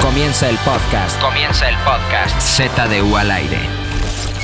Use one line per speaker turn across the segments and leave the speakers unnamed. Comienza el podcast. Comienza el podcast. ZDU al aire.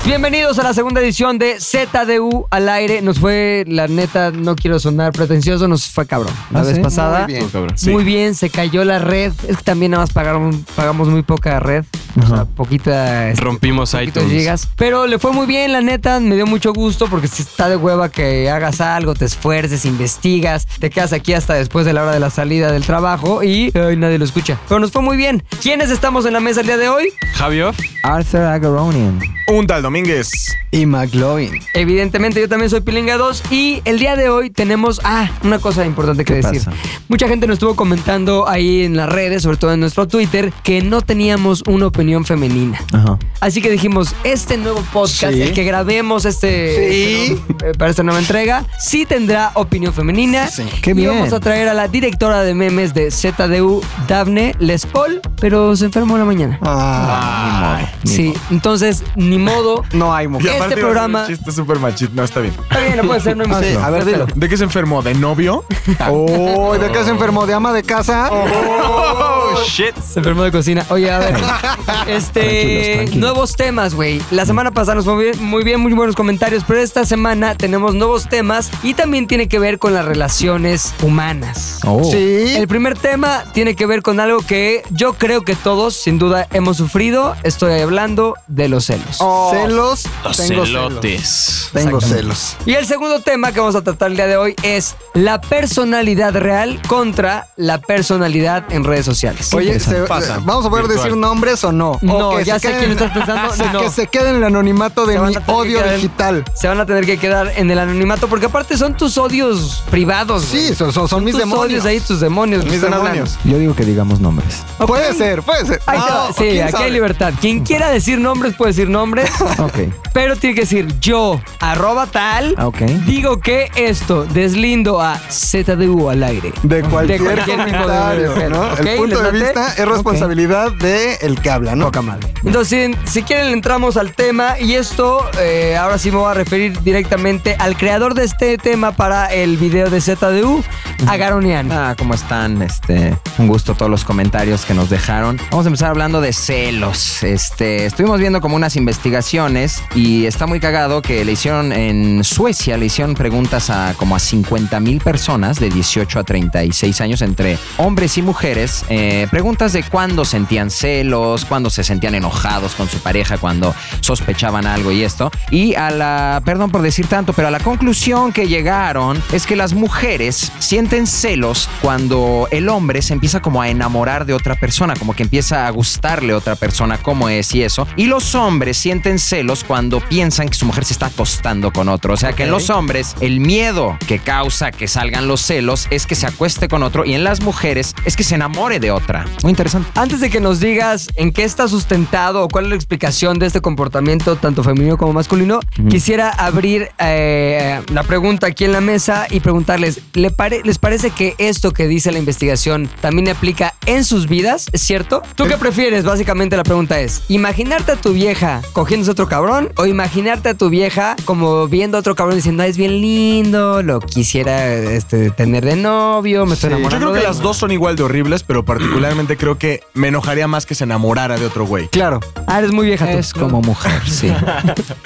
Bienvenidos a la segunda edición de ZDU al aire. Nos fue, la neta, no quiero sonar pretencioso, nos fue cabrón. La vez pasada. Ah, Muy bien. se cayó la red. Es que también nada más pagaron, pagamos muy poca red. O sea, poquita. este,
Rompimos
poquitos
iTunes.
gigas. Pero le fue muy bien, la neta, me dio mucho gusto porque si está de hueva que hagas algo, te esfuerces, investigas, te quedas aquí hasta después de la hora de la salida del trabajo y ay, nadie lo escucha. Pero nos fue muy bien. ¿Quiénes estamos en la mesa el día de hoy?
Javier,
Arthur Agaronian
Un tal Domínguez.
y McLovin.
Evidentemente, yo también soy Pilinga 2 y el día de hoy tenemos, ah, una cosa importante que
¿Qué
decir.
pasa?
Mucha gente nos estuvo comentando ahí en las redes, sobre todo en nuestro Twitter, que no teníamos una opinión femenina.
Ajá.
Así que dijimos, este nuevo podcast,
Sí.
el que grabemos este,
Sí.
este nuevo- eh, para esta nueva entrega, sí tendrá opinión femenina.
Sí. Qué
y
bien.
vamos a traer a la directora de memes de ZDU, Dafne Les Paul, pero se enfermó en la mañana.
Ah, ni modo, ni
sí,
modo.
entonces, ni modo.
No hay mujer.
Este
aparte iba a ser un
programa-
Chiste súper machito. No, está bien.
Está bien, no puede ser, no hay más.
Sí, a ver, dilo.
¿De qué se enfermó? ¿De novio?
Oh, ¿de qué se enfermó? ¿De ama de casa?
Oh, shit.
Se enfermó de cocina. Oye, a ver. este.
Tranquilos, tranquilos.
Nuevos temas, güey. La semana pasada nos fue muy bien, muy bien, muy buenos comentarios, pero esta semana tenemos nuevos temas y también tiene que ver con las relaciones humanas.
Oh.
Sí.
El primer tema tiene que ver con algo que yo creo que todos, sin duda, hemos sufrido. Estoy hablando de los celos.
Oh. Celos.
Los
tengo celos.
celotes.
Tengo celos.
Y el segundo tema que vamos a tratar el día de hoy es la personalidad real contra la personalidad en redes sociales.
Oye,
interesante.
se- eh,
Pasa.
¿vamos a poder
Virtual.
decir nombres o no?
No,
O que
ya
se
sé quién estás pensando,
se-
no.
Que se quede en el anonimato de
Se van
mi
a tener que
odio
quedar en-
digital.
se van a tener que quedar en el anonimato porque aparte son tus odios privados. güey.
Sí, son, son- son mis
tus
demonios.
odios ahí, tus demonios. que
Mis
están
demonios.
Yo digo que digamos nombres.
hablando.
Puede
Ok.
ser, puede ser.
Ahí te
No,
va. Sí,
Ah, ¿quién
aquí
sabe?
hay libertad. Quien quiera decir nombres puede decir nombres,
Ok,
pero tiene que decir yo, arroba tal,
Ah, ok.
digo que esto, deslindo a ZDU al aire.
De cualquier,
cualquier tipo de-
comentario,
de-
¿no?
ok,
el punto
¿les
de
late?
vista es responsabilidad del el que habla, ¿no?
Entonces, si- si quieren, le entramos al tema. Y esto, eh, ahora sí me voy a referir directamente al creador de este tema para el video de ZDU, Agaronian.
Ah, ¿cómo están? Este, un gusto todos los comentarios que nos dejaron. Vamos a empezar hablando de celos. Este, estuvimos viendo como unas investigaciones y está muy cagado que le hicieron en Suecia, le hicieron preguntas a como a 50 mil personas de 18 a 36 años entre hombres y mujeres. eh, preguntas de cuándo sentían celos, cuándo se sentían enojados con su pareja, cuando sospechaban algo y esto. Y a la, perdón por decir tanto, pero a la conclusión que llegaron es que las mujeres sienten celos cuando el hombre se empieza como a enamorar de otra persona, como que empieza a gustarle a otra persona como es y eso. Y los hombres sienten celos cuando piensan que su mujer se está acostando con otro. O sea que en los hombres el miedo que causa que salgan los celos es que se acueste con otro y en las mujeres es que se enamore de otra. Muy interesante.
Antes de que nos digas en qué está sustentado o cuál es la explicación de este comportamiento, tanto femenino como masculino, quisiera abrir eh, la pregunta aquí en la mesa y preguntarles, ¿le pare- ¿les parece que esto que dice la investigación también aplica en sus vidas? ¿Es cierto? ¿Tú qué prefieres? Básicamente la pregunta es, ¿imaginarte a tu vieja cogiéndose a otro cabrón o imaginarte a tu vieja como viendo a otro cabrón diciendo, "Ah, es bien lindo, lo quisiera este, tener de novio, me estoy
Sí.
enamorando
Yo creo
de
que
él"?
las dos son igual de horribles, pero particularmente creo que me enojaría más que se enamorara de otro güey.
Claro.
Ah, eres muy vieja tú.
Es como mujer, sí.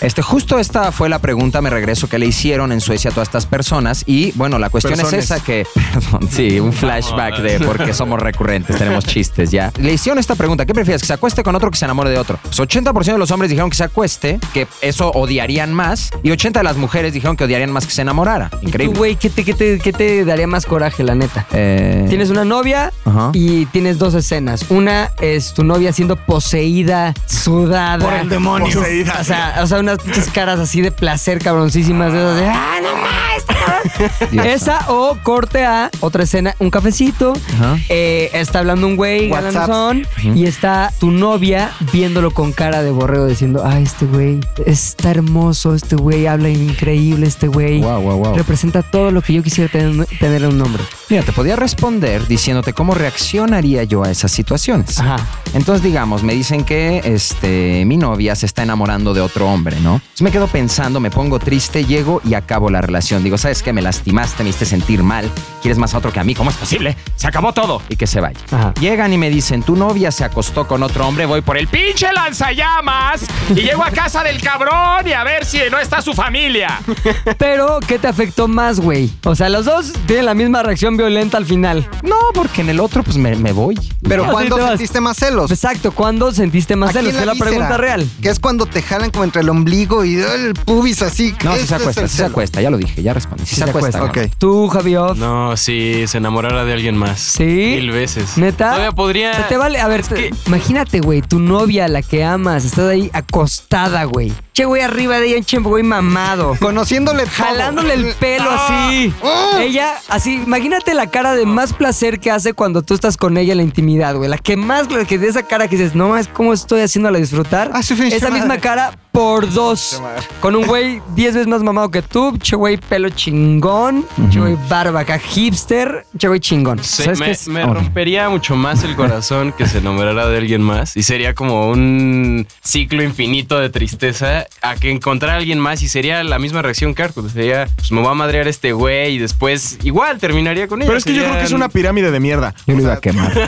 Este, justo esta fue la pregunta, me regreso, que le hicieron en Suecia a todas estas personas. Y bueno, la cuestión
Personas.
es esa que. Perdón, sí, un flashback de por qué somos recurrentes, tenemos chistes ya. Le hicieron esta pregunta: ¿qué prefieres? ¿Que se acueste con otro o que se enamore de otro? Pues 80% de los hombres dijeron que se acueste, que eso odiarían más. Y 80% de las mujeres dijeron que odiarían más que se enamorara.
Tú,
Increíble.
güey, ¿qué te, qué te- qué te daría más coraje, la neta?
Eh,
Tienes una novia
Ajá.
y tienes dos escenas. Una es tu novia siendo poseída, sudada.
Por el demonio.
O sea, o sea, unas pinches caras así de placer cabroncísimas. De esas de, ¡Ah, no más! este cabrón".
Dios
Esa o corte a otra escena, un cafecito.
Ajá.
eh, está hablando un güey,
WhatsApp.
galanzón,
Ujú.
Y está tu novia viéndolo con cara de borreo diciendo, ¡Ay, este güey está hermoso! Este güey habla increíble, este güey
Wow, wow, wow.
representa todo lo que yo quisiera tener, tener en un hombre.
Mira, te podía responder diciéndote cómo reaccionaría yo a esas situaciones.
Ajá.
Entonces, digamos, me dicen que este, mi novia se está enamorando de otro hombre, ¿no? Entonces me quedo pensando, me pongo triste, llego y acabo la relación. Digo, ¿sabes qué? Me lastimaste, me hiciste sentir mal, quieres más a otro que a mí, ¿cómo es posible? Se acabó todo. Y que se vaya.
Ajá.
Llegan y me dicen, tu novia se acostó con otro hombre, voy por el pinche lanzallamas y llego a casa del cabrón y a ver si no está su familia.
Pero, ¿qué te afectó más, güey? O sea, los dos tienen la misma reacción violenta al final.
No, porque en el otro pues me, me voy.
Pero
Así
¿cuándo
te vas.
sentiste más celos?
Exacto, ¿cuándo sentiste más
Aquí
celos?
en
Es la
víscera,
pregunta real.
Que es cuando te jalan como entre el ombligo y el pubis así.
No, si se
Ese Este es
acuesta,
el
si se
celo.
acuesta, ya lo dije, ya respondí. Si
Sí
se acuesta.
Ok.
cabrón.
¿Tú, Javioff?
No, si se enamorara de alguien más.
¿Sí?
Mil veces.
¿Neta?
Todavía podría.
Se te vale. A ver, te- imagínate, güey, tu novia, la que amas, estás ahí acostada, güey. Che, güey, arriba de ella, un che, güey, mamado.
Conociéndole todo. ¡Oh!
Jalándole el pelo así.
Ah.
Ella, así, imagínate la cara de más placer que hace cuando tú estás con ella en la intimidad, güey. La que más, la que de esa cara que dices, no más, ¿cómo estoy haciéndola disfrutar?
Ah, su pinche
Esa misma
madre.
cara por dos. Con un güey 10 veces más mamado que tú, che, güey, pelo chingón, che, güey, barba acá, hipster, che, güey, chingón.
Sí,
¿Sabes qué
me,
es?
me
Ok.
rompería mucho más el corazón que se enamorara de alguien más y sería como un ciclo infinito de tristeza a que encontrar a alguien más y sería la misma reacción que Arthur. Sería, pues me va a madrear este güey y después igual terminaría con ella.
Pero es que yo creo que es una pirámide de mierda.
Yo lo iba a quemar.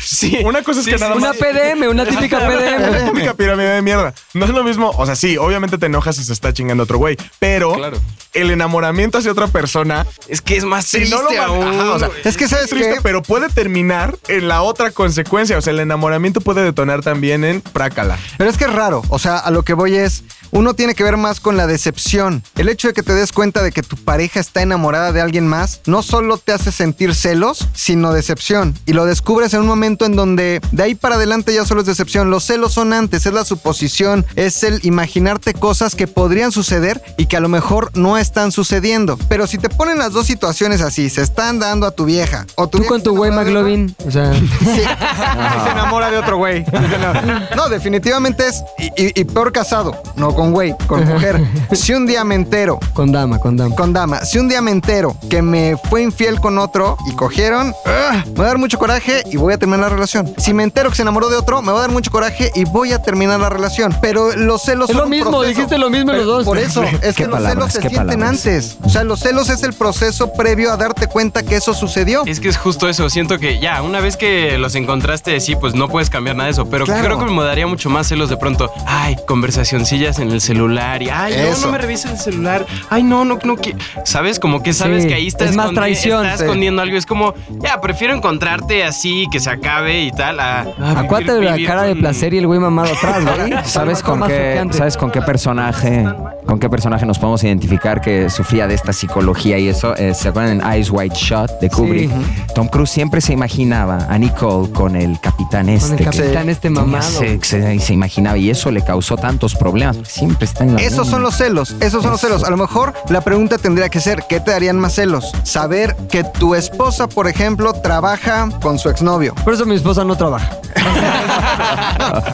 Sí. Una cosa es que nada
Una
más.
PDM, una típica PDM.
La única pirámide de mierda. No es lo mismo. O sea, sí, obviamente te enojas si se está chingando otro güey. Pero
Claro.
el enamoramiento hacia otra persona.
Es que es más
Si
triste
no lo man-
aún.
Ajá, o sea,
Es que sabes
es triste,
que
pero puede terminar en la otra consecuencia. O sea, el enamoramiento puede detonar también en prácala.
Pero es que es raro, o sea, a lo que voy es, uno tiene que ver más con la decepción. El hecho de que te des cuenta de que tu pareja está enamorada de alguien más, no solo te hace sentir celos, sino decepción. Y lo descubres en un momento en donde de ahí para adelante ya solo es decepción. Los celos son antes, es la suposición, es el imaginarte cosas que podrían suceder y que a lo mejor no están sucediendo. Pero si te ponen las dos situaciones así, se están dando a tu vieja o tu
Tú
vieja
con
está
tu güey
enamorada de-
McLovin, o sea,
Sí. Y se enamora de otro güey. No, definitivamente es. Y, y- y peor casado. No con güey, con mujer. Si un día me entero.
con dama, con dama.
Con dama, si un día me entero que me fue infiel con otro y cogieron, ¡ah! me va a dar mucho coraje y voy a terminar la relación. Si me entero que se enamoró de otro, me va a dar mucho coraje y voy a terminar la relación. Pero los celos
Es
son
lo
un
mismo,
proceso.
dijiste lo mismo los dos.
Por eso,
Qué
es que los
palabras,
celos se
qué
sienten
palabras.
antes. O sea, los celos es el proceso previo a darte cuenta que eso sucedió.
Es que es justo eso. Siento que ya, una vez que los encontraste, sí, pues no puedes cambiar nada de eso. Pero
Claro.
creo que me daría mucho más celos de pronto. Ay, conversacioncillas en el celular. Y ay, no,
Eso.
no me revisen el celular. Ay, no, no, no. que-". ¿Sabes? Como que sabes
Sí,
que ahí está,
es más
escondi-
traición,
está
sí.
escondiendo algo. Es como, ya, prefiero encontrarte así, que se acabe y tal. A, a
Acuérdate Ah, de
vivir-
la
vivir
cara de
con-
placer y el güey mamado atrás, güey.
¿Sabes
Está
con
más
qué,
choqueante.
¿Sabes con qué personaje, con qué personaje nos podemos identificar que sufría de esta psicología y eso? Eh, ¿Se acuerdan en Eyes Wide Shot de Kubrick? Tom Cruise siempre se imaginaba a Nicole con el capitán este.
Con el
que
capitán este
tenía
mamado.
sexo y se imaginaba y eso le causó tantos problemas. porque Siempre está en la
Esos
misma.
son los celos, esos son los celos. A lo mejor la pregunta tendría que ser, ¿qué te darían más celos? Saber que tu esposa, por ejemplo, trabaja con su exnovio.
Por eso mi esposa no trabaja.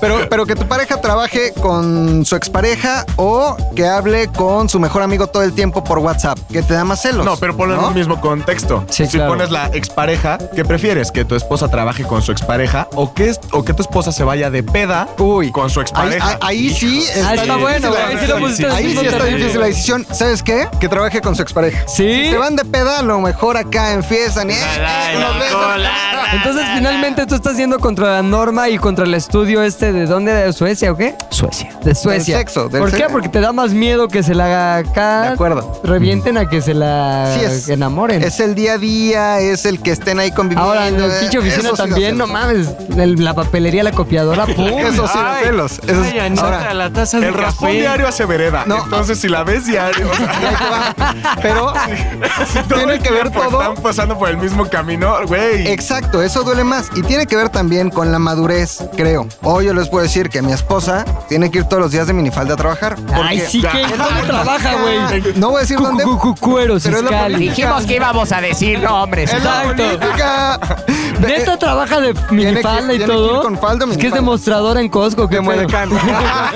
Pero, pero que tu pareja trabaje con su expareja o que hable con su mejor amigo todo el tiempo por WhatsApp. ¿Qué te da más celos?
No, pero ponlo en
¿No?
el mismo contexto.
Sí,
si
claro.
pones la expareja, ¿qué prefieres? ¿Que tu esposa trabaje con su expareja o que, es- o que tu esposa se vaya de peda
Uy,
con su
Ahí,
expareja?
ahí- ahí sí
Ah,
está,
está
difícil
bueno,
la
güey, sí lo
decisión.
pusiste en el
Ahí
mismo
sí está
terreno.
difícil la decisión. ¿Sabes qué? Que trabaje con su expareja.
¿Sí?
Se van de peda, a lo mejor acá empiezan. eh,
Ay,
eh, unos besos.
alcohol, ah, ah,
Entonces,
ah,
finalmente, tú estás yendo contra la norma y contra el estudio este de dónde, de Suecia o qué?
Suecia.
De Suecia.
sexo, del
¿Por qué?
sexo.
Porque te da más miedo que se la haga acá.
De acuerdo.
Revienten a que se la
Sí, es-
enamoren.
Es el día a día, es el que estén ahí conviviendo.
Ahora, en el
eh,
pinche oficina
eso sí da
también, no
celos.
mames. el- la papelería, la copiadora, pum.
Eso sí, da
Ay,
celos. Eso sí.
ay, Anita,
Ahora,
la taza de
El raspón
café.
diario hace vereda.
No.
Entonces, si la ves diario, o sea,
ahí te va. pero
todo
tiene
el
que ver
tiempo
todo.
Están pasando por el mismo camino, güey.
Exacto, eso duele más. Y tiene que ver también con la madurez, creo. Hoy yo les puedo decir que mi esposa tiene que ir todos los días de minifalda a trabajar.
Ay, sí, que
Ya.
¿Dónde trabaja, güey?
No voy a decir
Cu-
dónde.
cu- cu- Cuero,
Pero es la
Ciscali.
política.
Dijimos que íbamos a decir nombres.
Es la
Exacto.
política.
Neta trabaja de minifalda y
eh, tiene que ir
todo.
con falda,
es que es
minifalda.
demostradora en Costco.
de
¿qué pedo?
muedecán.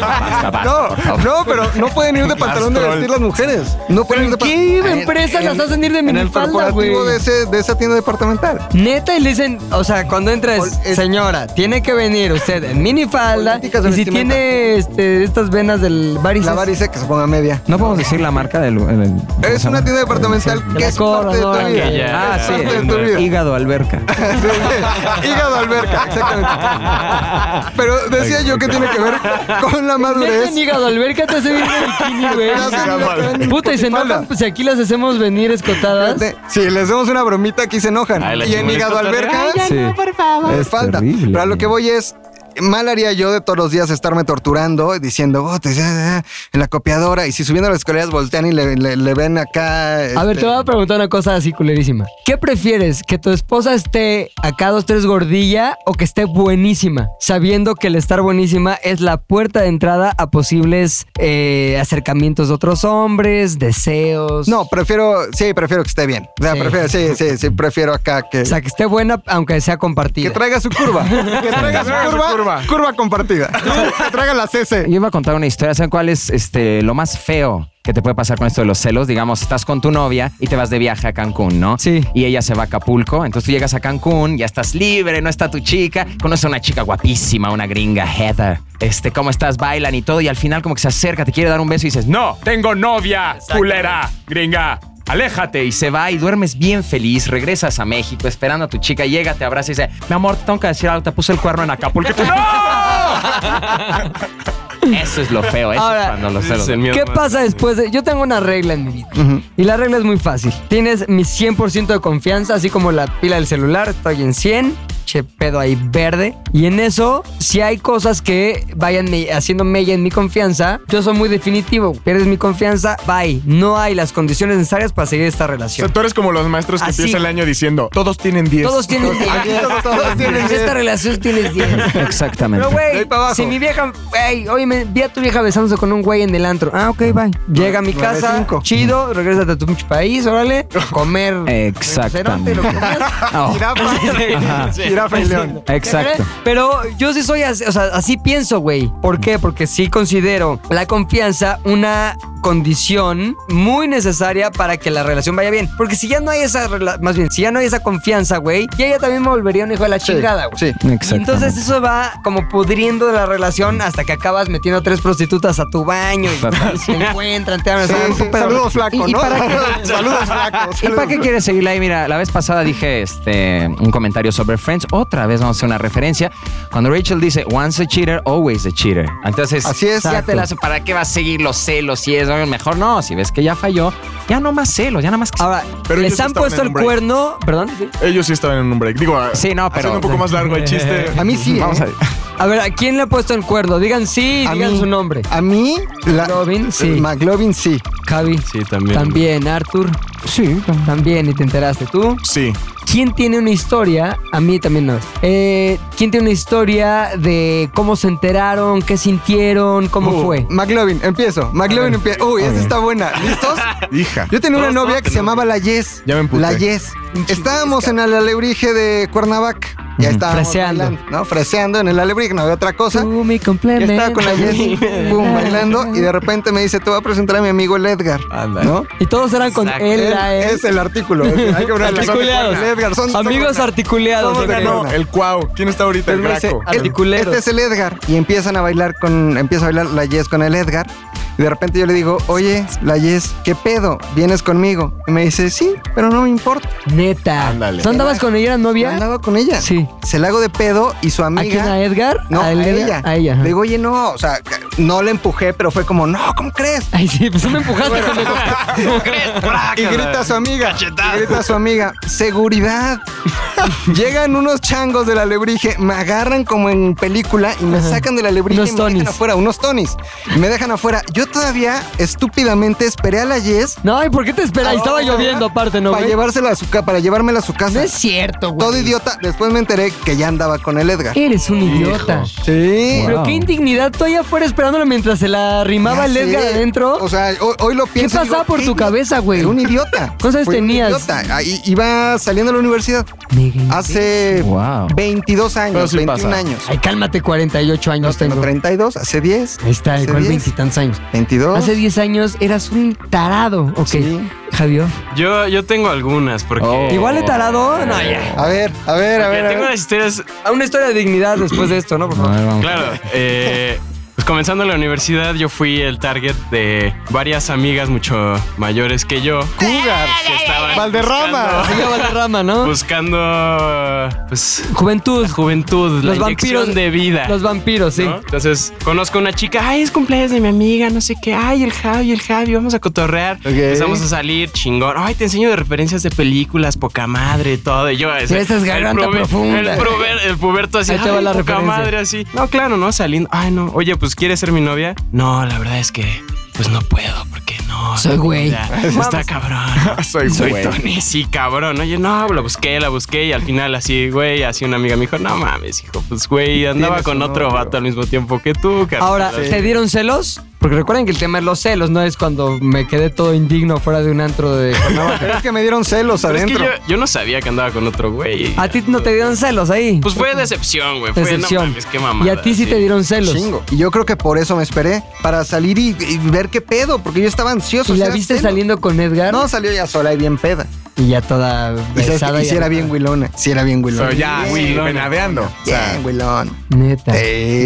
basta, por
No,
favor.
no, pero no pueden ir de pantalón de
Castrol.
vestir las mujeres. No pueden ir de pa-
¿Qué
en-
empresas las hacen ir de
En el
minifalda, güey?
corporativo de, ese, de esa tienda departamental.
Neta, y le dicen, o sea, cuando entra es,
Ol- es-
Pues, señora, tiene que venir usted en minifalda y si
Políticas de vestimenta.
tiene este, estas venas del varices.
La varice que se ponga media.
No podemos decir la marca del. el- el-
Es una tienda departamental
De
que
la
es parte de tu
corredora,
vida.
que ya-
Ah,
Es
sí.
parte de tu vida.
Hígado alberca.
Sí, Ah, sí. Hígado alberca, exactamente. Pero decía yo que tiene que ver con la
Neta,
madurez.
en hígado alberca te hace ir de bikini, güey. Puta, y se enojan pues, si aquí las hacemos venir escotadas.
Si les damos una bromita, aquí se enojan.
Ay, la
y en
chimolesco
hígado
todavía.
alberca.
Sí.
Es
Es
falta.
terrible.
Pero a lo que voy es. Mal haría yo de todos los días estarme torturando, diciendo, "Oh, te- eh, eh", en la copiadora, y si subiendo las escaleras voltean y le, le- le ven acá.
A ver,
este,
te voy a preguntar una cosa así culerísima. ¿Qué prefieres? ¿Que tu esposa esté acá dos, tres gordilla o que esté buenísima? Sabiendo que el estar buenísima es la puerta de entrada a posibles eh, acercamientos de otros hombres, deseos.
No, prefiero, sí, prefiero que esté bien. O sea,
Pues, Sí.
prefiero, sí, sí, sí, prefiero acá que.
O sea, que esté buena aunque sea compartida.
Que traiga su curva. Que traiga su curva. Curva, compartida. Que traiga la CC.
Yo iba a contar una historia. ¿Saben cuál es este, lo más feo que te puede pasar con esto de los celos? Digamos, estás con tu novia y te vas de viaje a Cancún, ¿no?
Sí.
Y ella se va a Acapulco. Entonces tú llegas a Cancún, ya estás libre, no está tu chica. Conoces a una chica guapísima, una gringa, Heather. Este, ¿cómo estás? Bailan y todo. Y al final, como que se acerca, te quiere dar un beso y dices, ¡No! ¡Tengo novia! ¡Culera! ¡Gringa! Aléjate y se va y duermes bien feliz. Regresas a México esperando a tu chica. Llega, te abraza y dice: Mi amor, te tengo que decir algo. Te puse el cuerno en Acapulco. Y tú, ¡No! Eso es lo feo. Eso
Ahora,
es cuando los
ese
celos.
es el mío.
¿Qué pasa después de.? Yo tengo una regla en mi vida. Y la regla es muy fácil. Tienes mi 100% de confianza, así como la pila del celular, estoy en 100. Che, pedo ahí verde. Y en eso, si hay cosas que vayan me- haciendo mella en mi confianza, yo soy muy definitivo. Pierdes mi confianza, bye. No hay las condiciones necesarias para seguir esta
O sea,
relación.
tú eres como los maestros que
Así.
empiezan el año diciendo, todos tienen 10.
Todos tienen 10.
Aquí todos- todos tienen
Esta
10.
relación tienes 10.
Exactamente.
Pero,
De ahí
güey,
para abajo.
si mi vieja, güey, oye, me, vi a tu vieja besándose con un güey en el antro. Ah, ok, bye. Llega a mi
Nueve,
casa,
cinco.
chido, regrésate a tu pinche país, órale, a comer.
Exactamente.
rinoceronte, lo que quieras.
Oh,
Jirafa. Jirafa y león.
exacto.
Pero yo sí soy así, o sea, así pienso, güey. ¿Por qué? Porque sí considero la confianza una condición muy necesaria para que la relación vaya bien. Porque si ya no hay esa, rela- más bien, si ya no hay esa confianza, güey, ya ella también me volvería un hijo de la chingada, güey.
Sí.
Exactamente.
Entonces eso va como pudriendo la relación hasta que acabas metiendo tres prostitutas a tu baño y se encuentran, te hablan.
Sí,
¿sabes?
sí,
Pero-
Saludos flacos,
¿Y- y
¿no?
para qué?
Saludos flacos.
¿Y para qué quieres seguirla ahí? Mira, la vez pasada dije este, un comentario sobre Friends. Otra vez vamos a hacer una referencia. Cuando Rachel dice, once a cheater, always a cheater. Entonces,
Así es.
ya te la hace. ¿Para qué vas a seguir los celos? Si es mejor no. Si ves que ya falló, ya no más celos, ya nada más que...
Ahora,
Pero ellos
les han
estaban
puesto
en
el
un break.
cuerno, perdón. ¿Sí?
Ellos sí estaban en un break. Digo,
Sí, no,
haciendo
pero-
un poco más largo el chiste.
A mí sí.
Vamos
¿eh?
a
A ver, ¿a quién le ha puesto el cuerno? Digan sí,
A
digan
mí- Ah,
su nombre.
A mí, la.
Robin, sí.
McLovin sí.
Javi.
Sí, también.
También, Arthur. Sí. También, y te enteraste tú.
Sí.
¿Quién tiene una historia? A mí también no. Eh, ¿Quién tiene una historia de cómo se enteraron, qué sintieron, cómo
Uh,
fue?
McLovin, empiezo. McLovin empieza. Uy, esta está buena. ¿Listos?
Hija.
Yo tenía una
Todos,
novia
todos
que se
tenemos.
llamaba La Yes.
Ya me emputé.
La Yes. Estábamos en el alebrije de Cuernavaca. Ya estábamos.
Freseando.
bailando, ¿no? Freseando en el alebrije, no había otra cosa.
Tú me
Ya
complementas.
estaba con la Jessy, boom, bailando, y de repente me dice, te voy a presentar a mi amigo el Edgar.
Anda.
¿No?
Y todos eran con
Exacto.
él,
Él
la él.
es el artículo. es decir, Hay que ponerle-
Articulados.
El Edgar. Son,
Amigos
somos-
articulados.
somos de
ok.
no.
No, el cuau. ¿Quién está ahorita?
Él
El
me dice,
braco.
"El-
Articuleros.
Este es el Edgar. Y empiezan a bailar con. Empieza a bailar la Yes con el Edgar. Y de repente yo le digo, oye, la Yes, ¿qué pedo? ¿Vienes conmigo? Y me dice, sí, pero no me importa.
Neta.
Ándale.
¿Tú andabas con ella, era
Yo
novia?
andaba con ella.
Sí.
Se la hago de pedo y su
¿A quién?
amiga.
¿A Edgar?
No, a
él,
ella.
A ella. ajá.
Le digo, oye, no, o sea, no la empujé, pero fue como, no, ¿cómo crees?
Ay, sí, pues tú me empujaste, pendejo.
Y grita a su amiga. Y grita a su amiga. Seguridad. Llegan unos changos del alebrije, me agarran como en película y me
Ajá.
sacan del alebrije
Unos
y me
tonis.
dejan afuera, unos tonis. Y me dejan afuera. Yo todavía, estúpidamente, esperé a la Yes.
No, ¿y por qué te esperas? Estaba lloviendo aparte, ¿no?
Para
güey?
llevársela a su ca- para llevármela a su
No
casa.
es cierto, güey.
Todo idiota. Después me enteré que ya andaba con el Edgar.
Eres un idiota.
Sí.
Pero
Wow.
qué indignidad, tú allá afuera esperándola mientras se la arrimaba el
Ya
Edgar
sé.
adentro.
O sea, hoy, hoy lo pienso. y
pasaba por tu
"Qué
cabeza, güey?"
Era un idiota.
¿Cuántos años
Fue un
tenías?
idiota. Ahí Iba saliendo de la universidad.
Ni
hace
Wow.
22
Pero
años,
sí
21
pasa.
años. Este,
Ay, cálmate, 48 años
Tengo
tengo.
32, hace 10.
Ahí está,
hace
¿cuál
10,
veintitantos años?
22.
Hace 10 años eras un tarado. Ok,
Sí.
Javier.
Yo, yo tengo algunas, porque.
Oh.
Igual de tarado, no, ya.
A ver, a ver, a
porque
ver. a
tengo
ver.
unas historias.
A una historia de dignidad después de esto, ¿no? Por
A
favor.
ver, vamos.
Claro. eh, pues comenzando la universidad, yo fui el target de varias amigas mucho mayores que yo. Cougars que estaban Ah.
Valderrama.
Se llama la rama, ¿no?
Buscando. buscando, Pues.
Juventud.
Juventud,
Los
la
vampiros
inyección de vida.
Los vampiros, sí.
¿no? Entonces, conozco a una chica, ay, es cumpleaños de mi amiga, no sé qué, ay, el Javi, el Javi, vamos a cotorrear. Empezamos a salir, chingón. Ay, te enseño de referencias de películas, poca madre, todo. Y yo, ese-
esa es
el
garganta
prove-
profunda.
El, prove- el puberto así,
Ahí te va
ay,
la
poca
referencia.
madre, así. No, claro, no, saliendo. Ay, no, oye, pues, ¿quieres ser mi novia? No, la verdad es que, pues, no puedo, porque no.
Soy güey.
ya, Está cabrón.
Soy güey.
Tony, sí, cabrón. Oye, no, la busqué, la busqué y al final así, güey, así una amiga me dijo, no mames, hijo, pues, güey, andaba
Tienes
con
un
otro
novio.
vato al mismo tiempo que tú, carnal.
Ahora, ¿te dieron celos? Porque recuerden que el tema es los celos, no es cuando me quedé todo indigno fuera de un antro de
No, pero es que me dieron celos
Pero es que
adentro.
yo, yo no sabía que andaba con otro güey.
¿A ti no te dieron celos ahí?
Pues fue decepción, güey. Fue,
Decepción.
No mames, qué mamada,
y a ti sí, te dieron celos.
Chingo. Y yo creo que por eso me esperé, para salir y, y ver qué pedo, porque yo estaba ansioso.
¿Y la
era
viste
celo.
saliendo con Edgar?
No, salió ya sola y bien peda.
Y ya toda
Y, sabes
besada.
que- y si era bien huilona. Si era bien huilona.
Soy ya,
Bien,
güey, venadeando. Ah, O sea,
Bien huilona.
Neta.
Sí.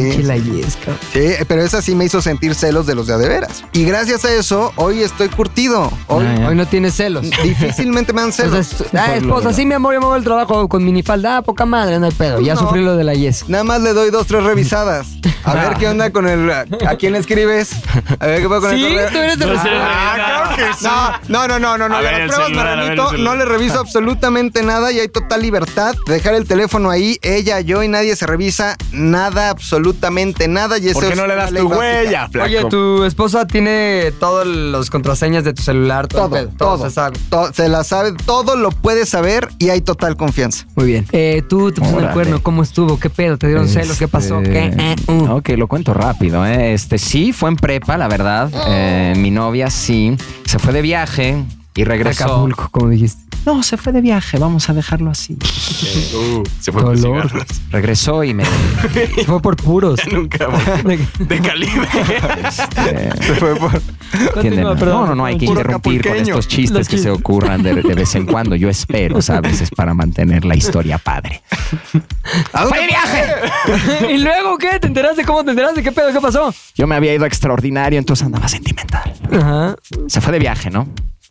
Pinche la yesca.
Sí, eh, pero esa sí me hizo sentir celos de los de a de veras. Y gracias a eso, hoy estoy curtido. Hoy
Ah, ya.
Hoy no tienes celos.
difícilmente me dan celos.
Entonces, ah, esposa, sí, mi amor, yo me voy al trabajo con minifalda. Ah, poca madre, no hay pedo. Ya
No.
sufrí lo de la yesca.
Nada más le doy dos, tres revisadas. A ver qué onda con el. ¿A quién le escribes? A ver qué pasa con
Sí,
el correo.
tú eres de los-
Ah, claro que sí.
No, no, no, no, no.
A
yo
ver
las
el
pruebas
celular, a
me
ver el
remito,
celular.
no le
Ah.
reviso absolutamente nada y hay total libertad de dejar el teléfono ahí, ella, yo y nadie se revisa nada, absolutamente nada. Y eso
¿Por qué
es
no le
una
das
ley
tu
básica.
huella, flaco?
Oye, tu esposa tiene todas las contraseñas de tu celular, todo. el
Todo,
pedo,
todo,
se sabe.
to- se la sabe, todo lo puede saber y hay total confianza.
Muy bien. Eh, tú te pusieron el
Órale.
cuerno, ¿cómo estuvo? ¿Qué pedo? ¿Te dieron celos? ¿Qué pasó?
Este,
¿Qué? Eh, uh.
Ok, lo cuento rápido. ¿eh? Este sí, fue en prepa, la verdad.
Oh.
Eh, mi novia sí. Se fue de viaje y regresó.
Acapulco, como dijiste.
No, se fue de viaje. Vamos a dejarlo así.
Uh, se fue por
Dolor.
cigarros.
Regresó y me.
Se fue por puros.
Nunca volví. De calibre.
este,
Se fue por-
Entiéndeme.
Continúa, perdón.
No, no, no, hay que
Puro
interrumpir con
acapulqueño.
estos
Los
chistes que se
chistes.
ocurran de, de vez en cuando. Yo espero, ¿sabes? Es para mantener la historia padre.
¿A dónde fue?
¿Y luego qué? ¿Te enteraste? ¿Cómo te enteraste? ¿Qué pedo? ¿Qué pasó?
Yo me había ido a extraordinario, entonces andaba sentimental.
Ajá.
Se fue de viaje, ¿no?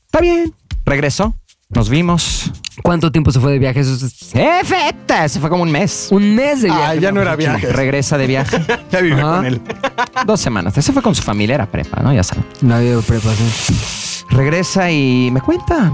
Está bien. Regresó. Nos vimos.
¿Cuánto tiempo se fue de viaje? Eso es-
¡Eh, feta! Se fue como un mes.
Un mes de viaje.
Ah, ya no era viaje.
Regresa de viaje.
Ya vivía
Ajá.
con él.
Dos semanas. Se fue con su familia, era prepa, ¿no? Ya saben.
No había prepa, sí.
Regresa y me cuenta.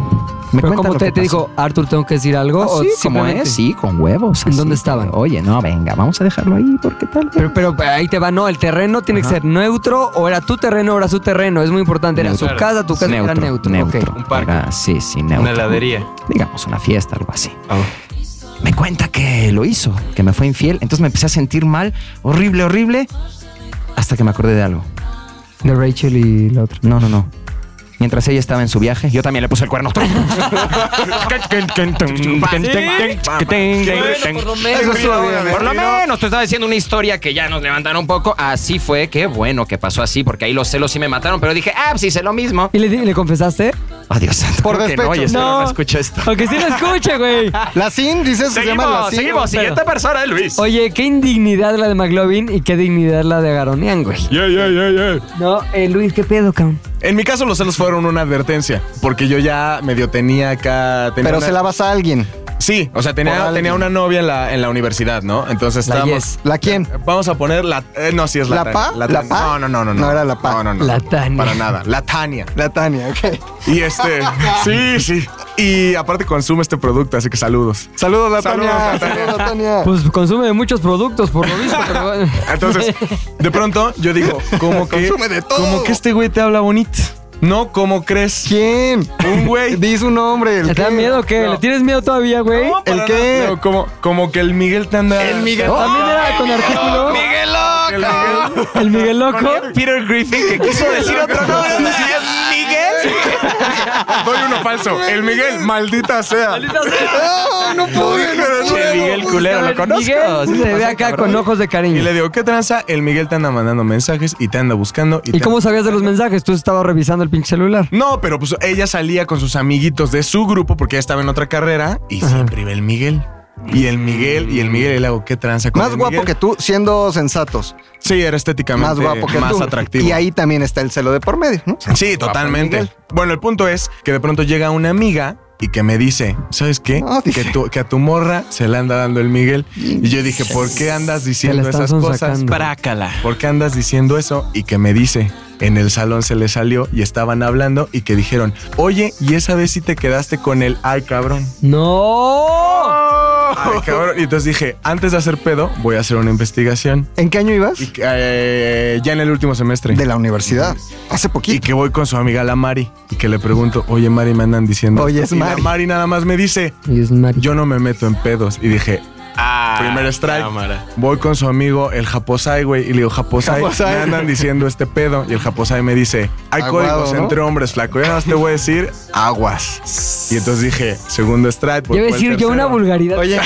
Me
Pero
cuenta
como
lo
te,
que
te
pasó.
dijo, Arthur, tengo que decir algo.
Así como
simplemente-
es, sí, con huevos.
¿En
así.
dónde estaban?
Oye, no, venga, vamos a dejarlo ahí porque tal. vez-
Pero, pero ahí te va, no, el terreno tiene que ser neutro, o era tu terreno, o era su terreno, es muy importante, era su
Neutro.
casa, tu casa
neutro,
era neutro. ok.
Un parque.
Era- sí, sí, neutro.
Una heladería.
Digamos, una fiesta, algo así.
Ah.
Me cuenta que lo hizo, que me fue infiel. Entonces me empecé a sentir mal, horrible, horrible, hasta que me acordé de algo.
De Rachel y la otra.
No, no, no. Mientras ella estaba en su viaje, yo también le puse el cuerno.
Eso estuvo bien, ¿eh?
Por lo menos te estaba diciendo una historia que ya nos levantaron un poco. Así fue, qué bueno que pasó así, porque ahí los celos sí me mataron, pero dije, ah, pues hice lo mismo.
¿Y le, di- le confesaste?
Adiós, santo.
Por
Creo que
despecho.
oye, espero
No.
no escucha esto.
Aunque sí lo escuche, güey.
La SIN, dices, se llama la
Seguimos,
SIN.
seguimos.
pero-
Siguiente persona, Luis.
Oye, qué indignidad la de McLovin y qué dignidad la de Garonian, güey.
Yeah, yeah, yeah, yeah.
No, eh, Luis, ¿qué pedo, cabrón?
En mi caso, los celos fueron una advertencia, porque yo ya medio tenía acá. tenía
Pero
una-
se la vas a alguien.
Sí, o sea,
Por
tenía,
alguien.
tenía una novia en la, en la universidad, ¿no? Entonces
La
estábamos.
Yes.
¿La quién?
Vamos a poner la. eh, no, sí es la.
¿La
Tania.
Pa? ¿La
Tania.
Pa?
No, no, no, no.
No era la Pa.
No, no, no.
La Tania.
Para nada. La Tania.
La Tania, ok.
Y este. sí, sí. Y aparte consume este producto, así que saludos.
Saludos, la
Saludos,
Tania.
la Tania.
Saludos, la Tania.
Pues consume de muchos productos, por lo visto, pero bueno.
Entonces, de pronto yo digo, como que.
Consume de todo.
Como que este güey te habla bonito. No, ¿cómo crees?
¿Quién?
Un güey.
Di su nombre. el
¿Te da
qué.
miedo o qué?
No.
¿Le tienes miedo todavía, güey?
No, para
¿El qué?
nada. No, como, como que el Miguel te anda. El Miguel.
También era con
Oh,
artículo.
El Miguel.
El Miguel Loco.
Peter Griffin que quiso decir otro nombre. Miguel? Doy uno falso. El Miguel, maldita sea.
Maldita sea.
No, no pude.
Miguel culero, lo conozco.
Miguel
Sí,
se ve
pasa,
acá
cabrón.
con ojos de cariño.
Y le digo, ¿qué tranza? El Miguel te anda mandando mensajes y te anda buscando. ¿Y,
¿Y
te-
cómo sabías de los mensajes? Tú estabas revisando el pinche celular.
No, pero pues ella salía con sus amiguitos de su grupo porque ella estaba en otra carrera y siempre iba el Miguel. Y el Miguel, y el Miguel, y le hago, ¿qué tranza con
Más
el
guapo
Miguel?"
que tú, siendo sensatos.
Sí, era estéticamente
Más guapo que
más
tú.
atractivo.
Y ahí también está el celo de por medio, ¿no?
Sí, totalmente.
Miguel.
Bueno, el punto es que de pronto llega una amiga y que me dice, ¿sabes qué?
No,
que,
dije.
tu- que a tu morra se la anda dando el Miguel. Y yo dije, ¿por qué andas diciendo
están
esas cosas?
sonsacando.
Prácala. ¿Por qué andas diciendo eso? Y que me dice, en el salón se le salió y estaban hablando y que dijeron, oye, ¿y esa vez sí te quedaste con el ay cabrón?
¡No!
Ay cabrón. Y entonces dije, antes de hacer pedo, voy a hacer una investigación.
¿En qué año ibas?
Y que, eh, ya en el último semestre.
De la universidad. Hace
Y
poquito.
que voy con su amiga la Mari y que le pregunto, oye Mari, me andan diciendo.
Oye,
esto".
es
y la
Mari.
Mari nada más me dice,
Y es Mari.
yo no me meto en pedos. Y dije,
Ah,
primer strike.
cámara.
Voy con su amigo el Japosai, güey, y le digo, Japosai,
Japosai.
me andan diciendo este pedo. Y el Japosai me dice, hay
Aguado,
códigos
¿no?
entre hombres, flaco. Yo nada más te voy a decir, aguas. Y entonces dije, segundo strike.
Yo
voy
iba a
por el
decir yo
tercero.
una vulgaridad.
Oye,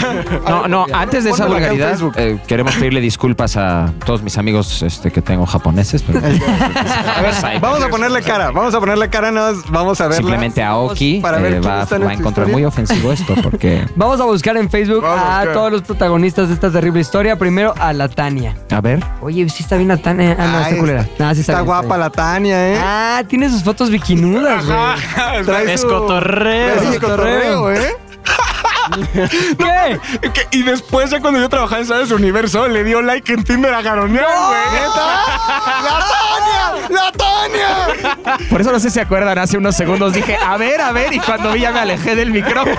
No, no, antes de esa
Pónmelo acá en
vulgaridad,
Facebook.
eh, queremos pedirle disculpas a todos mis amigos este, que tengo japoneses, pero
a ver, vamos a ponerle cara, vamos a ponerle cara, nada más vamos a ver.
simplemente Aoki
Para ver
eh,
quién
va,
está en
va a
esta
encontrar muy
historia.
ofensivo esto, porque...
Vamos a buscar en Facebook
Vamos a
a,
buscar.
todos los protagonistas de esta terrible historia. Primero a la Tania.
A ver,
Oye, sí está bien la Tania. Ah, no, está culera. Ah, sí está,
está
bien,
guapa
bien.
la Tania, ¿eh?
Ah, tiene sus fotos bikinudas, güey.
Ah,
Trae
Es
su-
cotorreo.
trae su
Es cotorreo.
cotorreo, ¿eh?
¿Qué?
Que- Y después, ya cuando yo trabajaba en Sabes Universo, le dio like en Tinder a Garonear, güey.
¡La Tania!
por eso no sé si se acuerdan, hace unos segundos dije, a ver, a ver, y cuando vi ya me alejé del micrófono.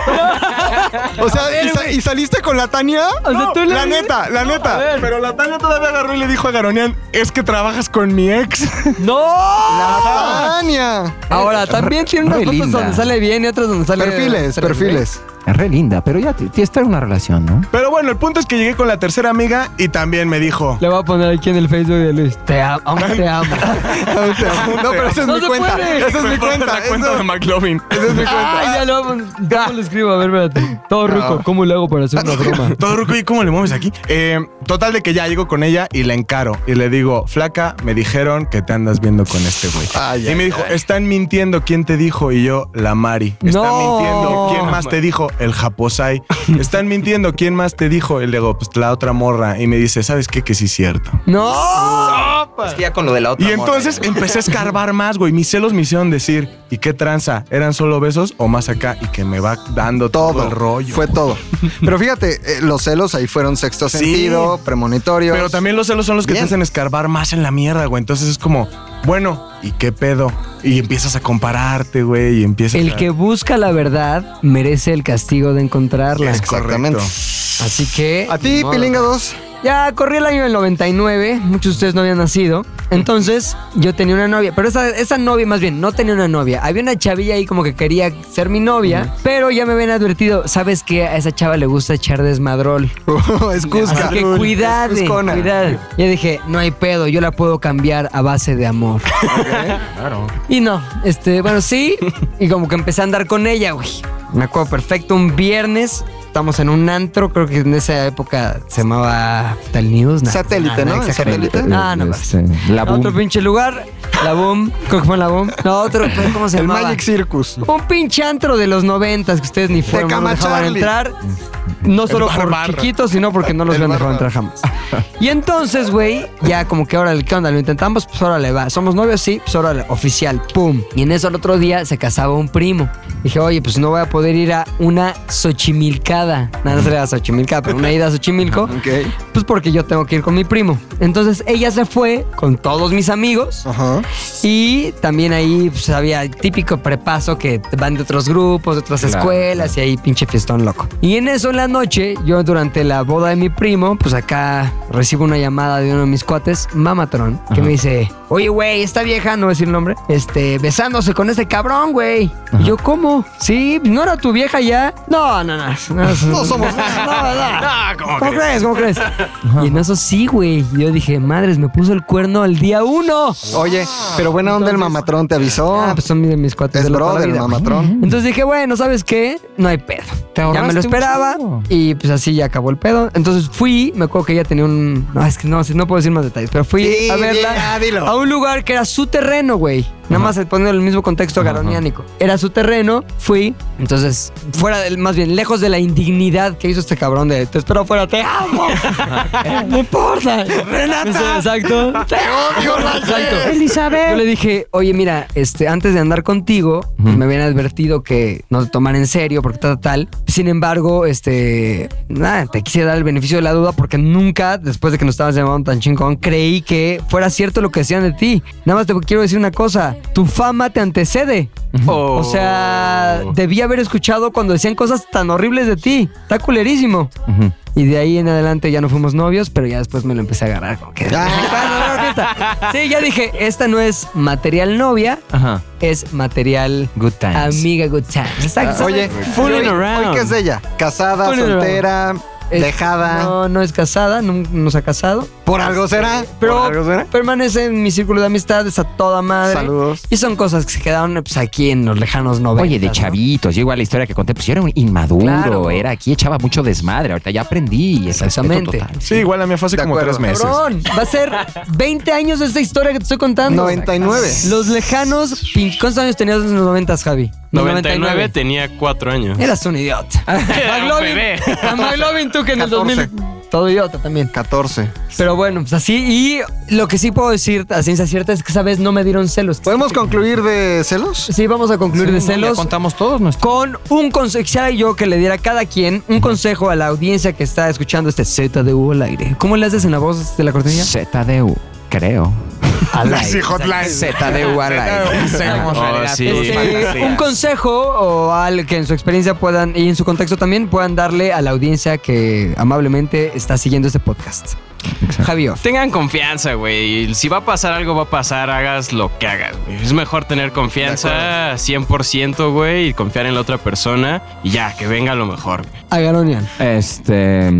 O sea, ¿y, sa- y saliste con la Tania?
O sea, tú le-
La neta, la neta.
Pero la Tania todavía agarró y le dijo a Garonian, es que trabajas con mi ex.
¡No!
La
Ah.
Tania.
Ahora, también tiene unas
re
fotos
linda.
donde sale bien y otras donde sale...
Perfiles,
sale
perfiles.
Es re linda, pero ya t- t- está en una relación, ¿no?
Pero bueno, el punto es que llegué con la tercera amiga y también me dijo,
bien. Le voy a poner aquí en el Facebook de Luis. Te amo, aún te amo.
No, pero esa es
No
mi
se
cuenta.
puede.
Esa es mi cuenta.
la cuenta
esa-
de McLovin.
Esa es mi cuenta.
Ay, ya lo vamos. ¿Cómo lo escribo? A ver, espérate. Todo rico. ¿Cómo lo hago para hacer una broma?
Todo ruco, ¿y cómo le mueves aquí? Eh, total de que ya llego con ella y la encaro. Y le digo, flaca, me dijeron que te andas viendo con este güey.
Ay,
y me dijo, están mintiendo. ¿Quién te dijo? Y yo, la Mari. Están
No.
mintiendo. ¿Quién más te dijo? El Japosai. Están mintiendo. ¿Quién más te dijo? Y le digo, pues la otra morra. Y me dice, ¿sabes qué? Que sí es cierto.
¡No!
Es que ya con lo de la otra
Y entonces empecé a escarbar más, güey. Mis celos me hicieron decir, ¿y qué tranza? ¿Eran solo besos o más acá? Y que me va dando todo,
Todo.
el rollo.
Fue todo. Pero fíjate, eh, los celos ahí fueron sexto
Sí.
sentido, premonitorio.
Pero también los celos son los que
Bien.
te hacen escarbar más en la mierda, güey. Entonces es como, bueno, ¿y qué pedo? Y empiezas a compararte, güey, y empiezas
El
a...
que busca la verdad merece el castigo de encontrarla.
Es
Exactamente.
correcto.
Así que.
A ti,
ni modo.
Pilinga 2.
Ya corrí el año del 99. Muchos de ustedes no habían nacido. Entonces, yo tenía una novia. Pero esa, esa novia, más bien, no tenía una novia. Había una chavilla ahí como que quería ser mi novia. Pero ya me habían advertido. ¿Sabes qué? A esa chava le gusta echar desmadrol.
es Cusca.
Así que cuidad,
Es Cuscona.
cuidad. Yo dije, no hay pedo, yo la puedo cambiar a base de amor. Y no, este, bueno, sí. Y como que empecé a andar con ella, güey. Me acuerdo perfecto, un viernes. Estamos en un antro, creo que en esa época se llamaba Tal News. nah,
Satélite,
nah,
¿no?
nah,
Satélite.
exageré. No, no,
Este, la
no. Otro
boom.
pinche lugar. La Boom. Creo que fue en la Boom. No, otro, ¿cómo se
El
llamaba?
Magic Circus.
Un pinche antro de los noventas que ustedes ni fueron, no
Cama
nos dejaban
Charlie.
entrar. No solo
bar
por
barra.
chiquitos, sino porque no los
El
habían
bar
dejado
barra.
entrar jamás. Y entonces, güey, ya como que ahora, ¿qué onda? ¿Lo intentamos? Pues órale, va. ¿Somos novios? Sí, pues órale, oficial, pum. Y en eso al otro día se casaba un primo. Dije, oye, pues no voy a poder ir a una Xochimilcada. Nada, no sería Xochimilcada, pero una ida a Xochimilco.
Ok.
Pues porque yo tengo que ir con mi primo. Entonces ella se fue con todos mis amigos.
Ajá.
Y también ahí pues, había el típico prepaso que van de otros grupos, de otras
Claro,
escuelas y ahí pinche fiestón loco. Y en eso en la noche, yo durante la boda de mi primo, pues acá recibo una llamada de uno de mis cuates, Mamatron, que me dice, oye, güey, esta vieja, no voy a decir el nombre, este, besándose con este cabrón, güey. Y Yo, ¿cómo? Sí, no era tu vieja ya. No, no, no. No,
No somos-
No, no.
No, ¿cómo
¿Cómo, crees? ¿Cómo crees? Y en eso sí, güey. Yo dije, madres, me puso el cuerno al día uno.
Oye, pero buena onda el mamatrón te avisó.
Ah, pues son mis, mis cuates.
es
de la toda
bro
la
del
vida.
mamatrón.
Entonces dije, bueno, ¿sabes qué? No hay pedo.
Te
ya
ahorraste
me lo
un
esperaba
chingo.
y pues así ya acabó el pedo. Entonces fui, me acuerdo que ella tenía un... No, es que no, sí, no puedo decir más detalles, pero fui
Sí,
a verla
bien, ya, dilo.
a un lugar que era su terreno, güey. Nada más poniendo el mismo contexto garoniánico. Era su terreno, fui. Entonces, fuera del, más bien, lejos de la indignidad que hizo este cabrón de te espero afuera, te amo. no importa. Renata. exacto. Te odio, Exacto. Yo le dije, oye, mira, este, antes de andar contigo, me habían advertido que no te tomara en serio porque tal, tal. tal. Sin embargo, este, nada, te quise dar el beneficio de la duda porque nunca, después de que nos estabas llamando tan chingón, creí que fuera cierto lo que decían de ti. Nada más te quiero decir una cosa, tu fama te antecede. O sea, debí haber escuchado cuando decían cosas tan horribles de ti. Está culerísimo. Y de ahí en adelante ya no fuimos novios, pero ya después me lo empecé a agarrar. Como que, "Ah, Cuando veo la fiesta. Sí, ya dije, esta no es material novia,
Ajá.
es material
Good times.
amiga good times. Exacto.
Ah, Oye, hoy-
Fooling around.
hoy ¿qué es ella? ¿Casada,
Fooling
soltera,
Es-
dejada?
No, no es casada, no, no se ha casado.
¿Por algo será?
Pero
¿Por algo será?
permanece en mi círculo de amistades a toda madre.
Saludos.
Y son cosas que se quedaron pues, aquí en los lejanos noventas.
Oye, de
¿no?
chavitos, yo igual la historia que conté, pues yo era un inmaduro,
Claro.
era aquí echaba mucho desmadre, ahorita ya aprendí. y es respeto
Exactamente.
total.
Sí, igual a mí fue hace
De
como
acuerdo.
tres meses.
Cabrón, va a ser 20 años de esta historia que te estoy contando.
99.
Los lejanos. pin- ¿Cuántos años tenías en los 90, Javi?
99 tenía 4 años.
Eras un idiota.
Era un bebé.
a McLovin tú que en
14.
el 2000. Todo idiota también.
14.
Pero bueno, pues así. Y lo que sí puedo decir a ciencia cierta es que esa vez no me dieron celos.
¿Podemos concluir de celos?
Sí, vamos a concluir de
Sí, no, ya
celos.
contamos todos nuestros.
Con un consejo, quisiera yo que le diera a cada quien un consejo a la audiencia que está escuchando este ZDU al aire. ¿Cómo le haces en la voz de la cortinilla?
ZDU, creo.
Al aire.
Sí, hotline.
ZDU al aire. Seamos
Oh,
realidad
sí.
tus
Este,
fantasías.
un consejo o al que en su experiencia puedan y en su contexto también puedan darle a la audiencia que amablemente está siguiendo este podcast. Javier.
Tengan confianza, güey. Si va a pasar algo, va a pasar. Hagas lo que hagas, güey. Es mejor tener confianza 100%, güey, y confiar en la otra persona. Y ya, que venga lo mejor. güey.
Agaronian.
Este.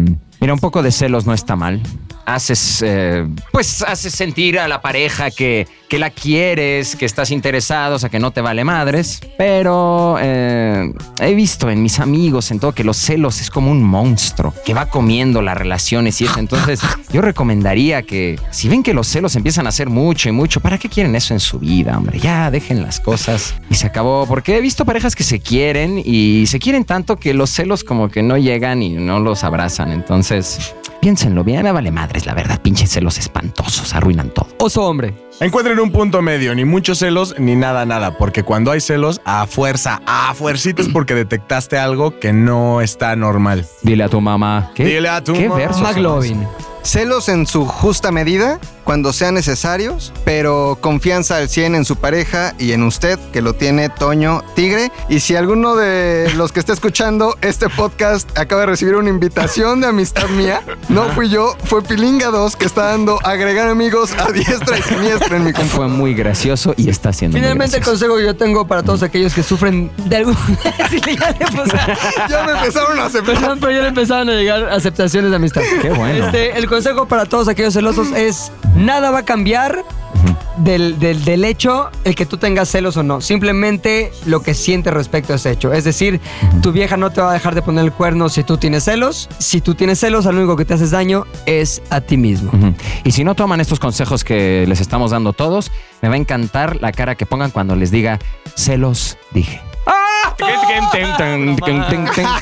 Mira, un poco de celos no está mal. Haces, eh, pues, haces sentir a la pareja que, que la quieres, que estás interesado, o sea, que no te vale madres. Pero eh, he visto en mis amigos, en todo, que los celos es como un monstruo que va comiendo las relaciones y eso. Entonces, yo recomendaría que, si ven que los celos empiezan a hacer mucho y mucho, ¿para qué quieren eso en su vida, hombre? Ya dejen las cosas y se acabó. Porque he visto parejas que se quieren y se quieren tanto que los celos como que no llegan y no los abrazan. Entonces, piénsenlo bien, me vale madres, la verdad. Pinches celos espantosos, arruinan todo.
Oso hombre.
Encuentren un punto medio, ni muchos celos ni nada, nada, porque cuando hay celos, a fuerza, a fuercitos, porque detectaste algo que no está normal.
Dile a tu mamá. ¿Qué,
Dile a tu
¿qué
mamá.
versos son
McLovin.
Celos en su justa medida, cuando sean necesarios, pero confianza al 100 en su pareja y en usted, que lo tiene Toño Tigre. Y si alguno de los que está escuchando este podcast acaba de recibir una invitación de amistad mía, no fui yo, fue Pilinga 2 que está dando agregar amigos a diestra y siniestra en mi
esos?
computadora.
Fue muy gracioso y está siendo
Finalmente el consejo que yo tengo para todos aquellos que sufren de algún... Sí, ya le puse-
Ya me empezaron a aceptar.
Perdón, pero ya le empezaron a llegar aceptaciones de amistad.
Qué bueno.
Este, el consejo para todos aquellos celosos es nada va a cambiar del, del- del hecho el que tú tengas celos o no. Simplemente lo que sientes respecto a ese hecho. Es decir, tu vieja no te va a dejar de poner el cuerno si tú tienes celos. Si tú tienes celos, al único que te haces daño es a ti mismo.
Ujú. Y si no toman estos consejos que les estamos dando todos, me va a encantar la cara que pongan cuando les diga, se los dije.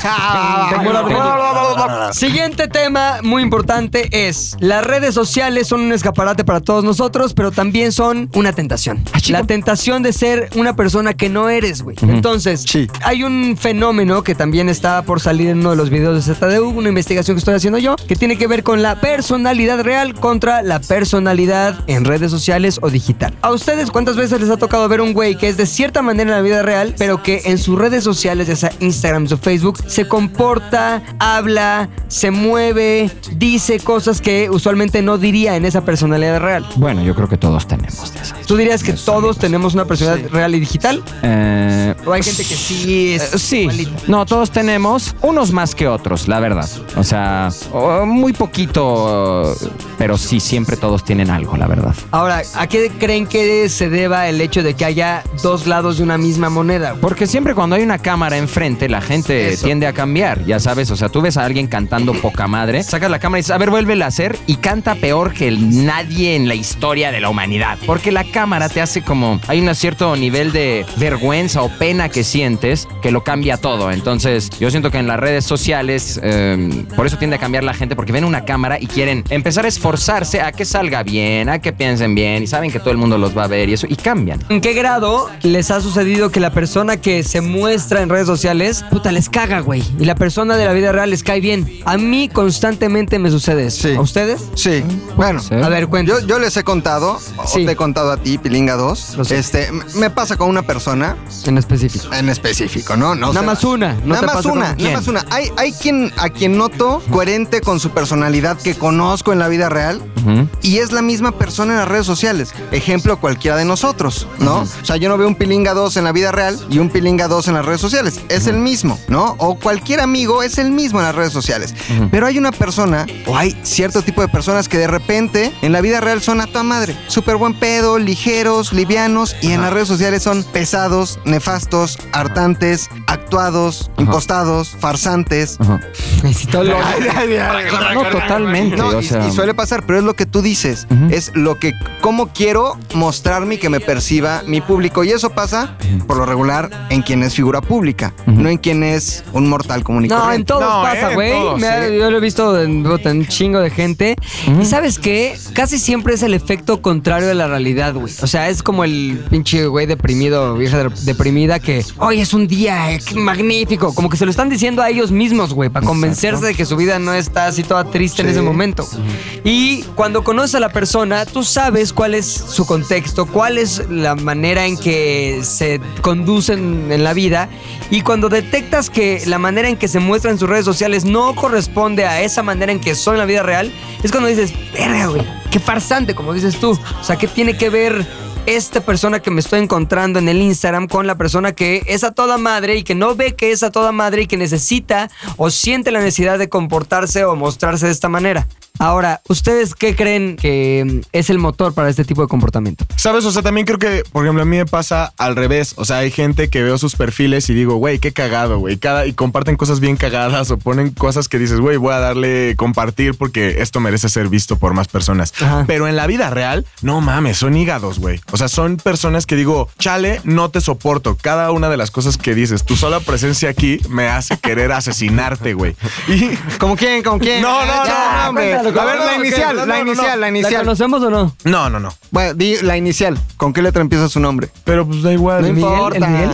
Ah,
Siguiente tema muy importante es las redes sociales son un escaparate para todos nosotros, pero también son una tentación.
Ah,
La tentación de ser una persona que no eres, güey. Entonces,
Sí.
hay un fenómeno que también está por salir en uno de los videos de ZDU, una investigación que estoy haciendo yo, que tiene que ver con la personalidad real contra la personalidad en redes sociales o digital. ¿A ustedes cuántas veces les ha tocado ver un güey que es de cierta manera en la vida real, pero que en sus redes sociales, ya sea Instagram o Facebook, se comporta, habla, se mueve, dice cosas que usualmente no diría en esa personalidad real.
Bueno, yo creo que todos tenemos de esas.
¿Tú dirías que
Eso,
todos
amigos.
tenemos una personalidad real y digital?
Eh,
¿O hay gente que sí es
Eh, Sí,
igualita?
no, todos tenemos, unos más que otros, la verdad. O sea, o- muy poquito, pero sí, siempre todos tienen algo, la verdad.
Ahora, ¿a qué creen que se deba el hecho de que haya dos lados de una misma moneda?
Porque siempre cuando hay una cámara enfrente, la gente
Eso.
tiende a cambiar, ya sabes. O sea, tú ves a alguien cantando poca madre, sacas la cámara y dices, a ver, vuelve a hacer, y canta peor que el- nadie en la historia de la humanidad. Porque la cámara te hace como, hay un cierto nivel de vergüenza o pena que sientes que lo cambia todo. Entonces, yo siento que en las redes sociales, eh, por eso tiende a cambiar la gente, porque ven una cámara y quieren empezar a esforzarse a que salga bien, a que piensen bien, y saben que todo el mundo los va a ver y eso, y cambian.
¿En qué grado les ha sucedido que la persona que se muestra en redes sociales, puta, les caga, güey? Y la persona de la vida real les cae bien. A mí constantemente me sucede eso.
Sí.
¿A ustedes?
Sí, bueno.
ser.
A ver,
Yo,
cuéntame.
yo les he contado, o
Sí.
te he contado a ti, Pilinga 2.
Lo sé.
Este, m- me pasa con una persona
en específico.
en específico, ¿no? no
Nada
se
más
va.
una, no te
nada más
pasa con
una,
quién.
nada más una. Hay, hay quien a quien noto coherente con su personalidad que conozco en la vida real
Ujú.
y es la misma persona en las redes sociales. Ejemplo, cualquiera de nosotros, ¿no? O sea, yo no veo un Pilinga 2 en la vida real y un Pilinga 2 en las redes sociales. Es el mismo, ¿no? O cualquier amigo es el mismo en las redes sociales. Pero hay una persona, o hay cierto tipo de personas que de repente en la vida real son a toda madre. Súper buen pedo, ligeros, livianos, y en las redes sociales son pesados, nefastos, hartantes, actuados, impostados, farsantes.
Ajá.
Necesito lo-
No, totalmente.
No,
o
y,
sea,
y suele pasar, pero es lo que tú dices.
Ujú.
Es lo que, cómo quiero mostrarme y que me perciba mi público. Y eso pasa, por lo regular, en quien es figura pública,
Ujú.
no en quien es un mortal común y
No, en
corriente.
todos
No, eh,
pasa,
en
güey.
todos,
Me ha-
eh.
Yo lo he visto en, puta, en un chingo de gente. Y sabes qué? Casi siempre es el efecto contrario de la realidad, güey. O sea, es como el pinche güey deprimido, vieja de- deprimida, que hoy es un día eh, qué magnífico. Como que se lo están diciendo a ellos mismos, güey, para convencerse de que su vida no está así toda triste en
Sí.
ese momento. Y cuando conoces a la persona, tú sabes cuál es su contexto, cuál es la manera en que se conducen en la vida. Y cuando detectas que la manera en que se muestra en sus redes sociales no corresponde a esa manera en que son en la vida real, es cuando dices, verga, güey, qué farsante, como dices tú. O sea, ¿qué tiene que ver esta persona que me estoy encontrando en el Instagram con la persona que es a toda madre y que no ve que es a toda madre y que necesita o siente la necesidad de comportarse o mostrarse de esta manera? Ahora, ¿ustedes qué creen que mm, es el motor para este tipo de comportamiento?
¿Sabes? O sea, también creo que, por ejemplo, a mí me pasa al revés. O sea, hay gente que veo sus perfiles y digo, güey, qué cagado, güey. Cada, y comparten cosas bien cagadas o ponen cosas que dices, güey, voy a darle compartir porque esto merece ser visto por más personas.
Ajá.
Pero en la vida real, no mames, son hígados, güey. O sea, son personas que digo, chale, no te soporto. Cada una de las cosas que dices, tu sola presencia aquí me hace querer asesinarte, güey. Y
¿Como quién? ¿Como quién?
No, no,
Ya,
no,
hombre.
cuéntalo,
A ver, la
cuéntalo,
inicial,
¿qué?
la
No, no,
inicial,
no.
la
¿La
inicial.
conocemos o no?
no, no, no.
Bueno, di la inicial. ¿Con qué letra empieza su nombre?
Pero pues da igual.
No
El Miguel,
importa.
Miguel?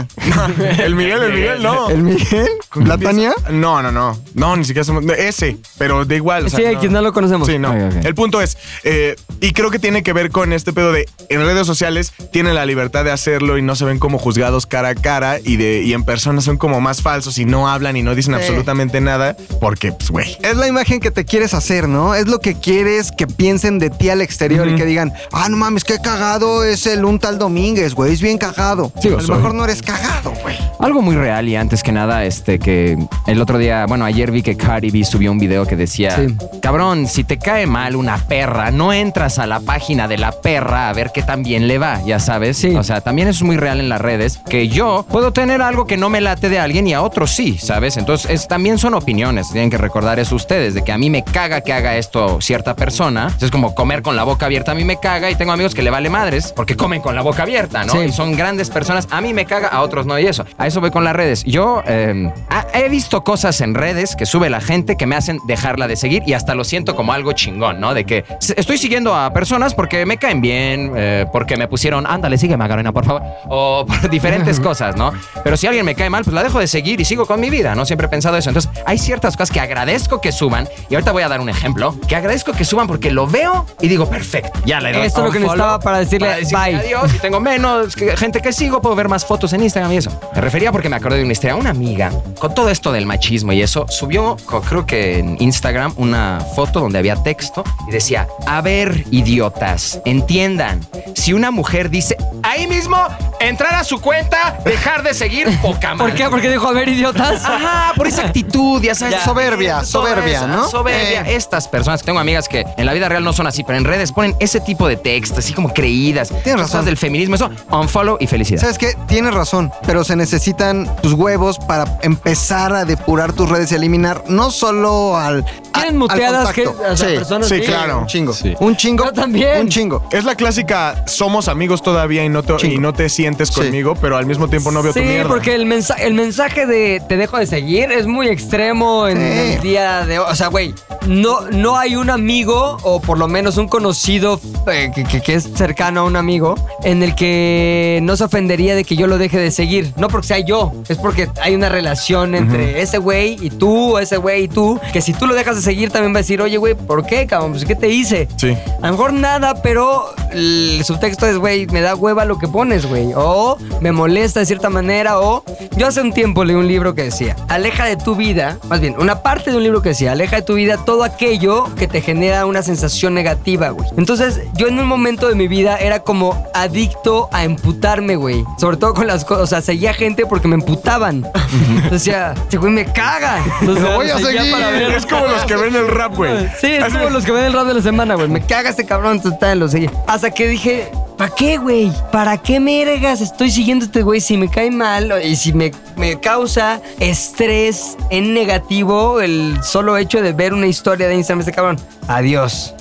el Miguel, el Miguel, no.
¿El Miguel? ¿La Tania?
No, no, no. No, ni siquiera somos. no, Ese, pero da igual. o sea,
Sí, hay quien no lo conocemos.
Sí, no.
Ok, ok.
El punto es, eh, y creo que tiene que ver con este pedo de en redes sociales tienen la libertad de hacerlo y no se ven como juzgados cara a cara y, de, y en persona son como más falsos y no hablan y no dicen
Sí.
absolutamente nada porque, pues, güey.
Es la imagen que te quieres hacer, ¿no? Es lo que quieres que piensen de ti al exterior y que digan, ah, no mames, qué cagado es el un tal Domínguez, güey, es bien cagado.
Sí, lo
a lo
soy.
mejor no eres cagado, güey.
Algo muy real y antes que nada, este que el otro día, bueno, ayer vi que Cardi B subió un video que decía,
Sí.
cabrón, si te cae mal una perra, no entras a la página de la perra a ver qué tan bien le va, ya sabes.
Sí.
O sea, también eso es muy real en las redes, que yo puedo tener algo que no me late de alguien y a otro sí, ¿sabes? Entonces, es- también son opiniones, tienen que recordar eso ustedes, de que a mí me caga que haga esto cierta persona. Entonces, Es como comer con la boca abierta, a mí me caga y tengo amigos que le vale madres porque comen con la boca abierta, ¿no?
Sí.
Y son son grandes personas. A mí me caga, a otros no. Y eso. A eso voy con las redes. Yo eh, ha- he visto cosas en redes que sube la gente que me hacen dejarla de seguir y hasta lo siento como algo chingón, ¿no? De que se- estoy siguiendo a a personas porque me caen bien, eh, porque me pusieron, ándale, sígueme, Macarena, por favor, o por diferentes cosas, ¿no? Pero si alguien me cae mal, pues la dejo de seguir y sigo con mi vida, ¿no? Siempre he pensado eso. Entonces, hay ciertas cosas que agradezco que suban, y ahorita voy a dar un ejemplo, que agradezco que suban porque lo veo y digo, perfecto, ya le doy
Esto es lo que
unfollow
necesitaba para decirle bye.
adiós y tengo menos que- gente que sigo, puedo ver más fotos en Instagram y eso. Me refería porque me acordé de una historia. Una amiga, con todo esto del machismo y eso, subió, co- creo que en Instagram, una foto donde había texto y decía: A ver, idiotas, entiendan, si una mujer dice ahí mismo, entrar a su cuenta, dejar de seguir, poca
¿Por
madre".
qué? Porque dijo, a ver, idiotas.
Ajá, por esa actitud, ya sabes.
Ya. Soberbia,
Todo
soberbia,
eso,
¿no?
Soberbia.
Eh.
Estas personas, que tengo amigas que en la vida real no son así, pero en redes ponen ese tipo de textos, así como creídas.
Tienes
Cosas
razón.
del feminismo, eso, unfollow y felicidad.
¿Sabes qué? Tienes razón, pero se necesitan tus huevos para empezar a depurar tus redes y eliminar no solo al. a- al
¿Tienen muteadas que,
contacto.
o sea,
Sí,
personas
sí,
que-
claro.
Un chingo.
Sí.
Un chingo.
Yo también.
Un chingo.
Es la clásica, somos amigos todavía y no te,
Chingo.
y no te sientes
Sí.
conmigo, pero al mismo tiempo no veo tu
sí,
mierda.
porque el, mensa- el mensaje de te dejo de seguir es muy extremo en
Sí.
el día de hoy. O sea, güey, no, no hay un amigo o por lo menos un conocido eh, que, que- que es cercano a un amigo en el que no se ofendería de que yo lo deje de seguir. No porque sea yo, es porque hay una relación entre ese güey y tú, ese güey y tú, que si tú lo dejas de seguir también va a decir, oye, güey, ¿por qué, cabrón? Pues, ¿qué te hice?
Sí.
A lo mejor nada, pero el subtexto es, güey, me da hueva lo que pones, güey. O me molesta de cierta manera, o yo hace un tiempo leí un libro que decía, aleja de tu vida, más bien, una parte de un libro que decía, aleja de tu vida todo aquello que te genera una sensación negativa, güey. Entonces, yo en un momento de mi vida era como adicto a emputarme, güey. Sobre todo con las cosas, o sea, seguía gente porque me emputaban. Decía, este güey me caga. Entonces,
Lo voy a
seguía
seguir.
para ver-
Es como los que ven el rap, güey.
Sí, es como los que ven el rap de la semana, güey. Me caga este cabrón, entonces, tal, lo seguí. Hasta que dije, ¿para qué, güey? ¿Para qué mergas estoy siguiendo este güey si me cae mal y si me, me causa estrés en negativo el solo hecho de ver una historia de Instagram de este cabrón? Adiós.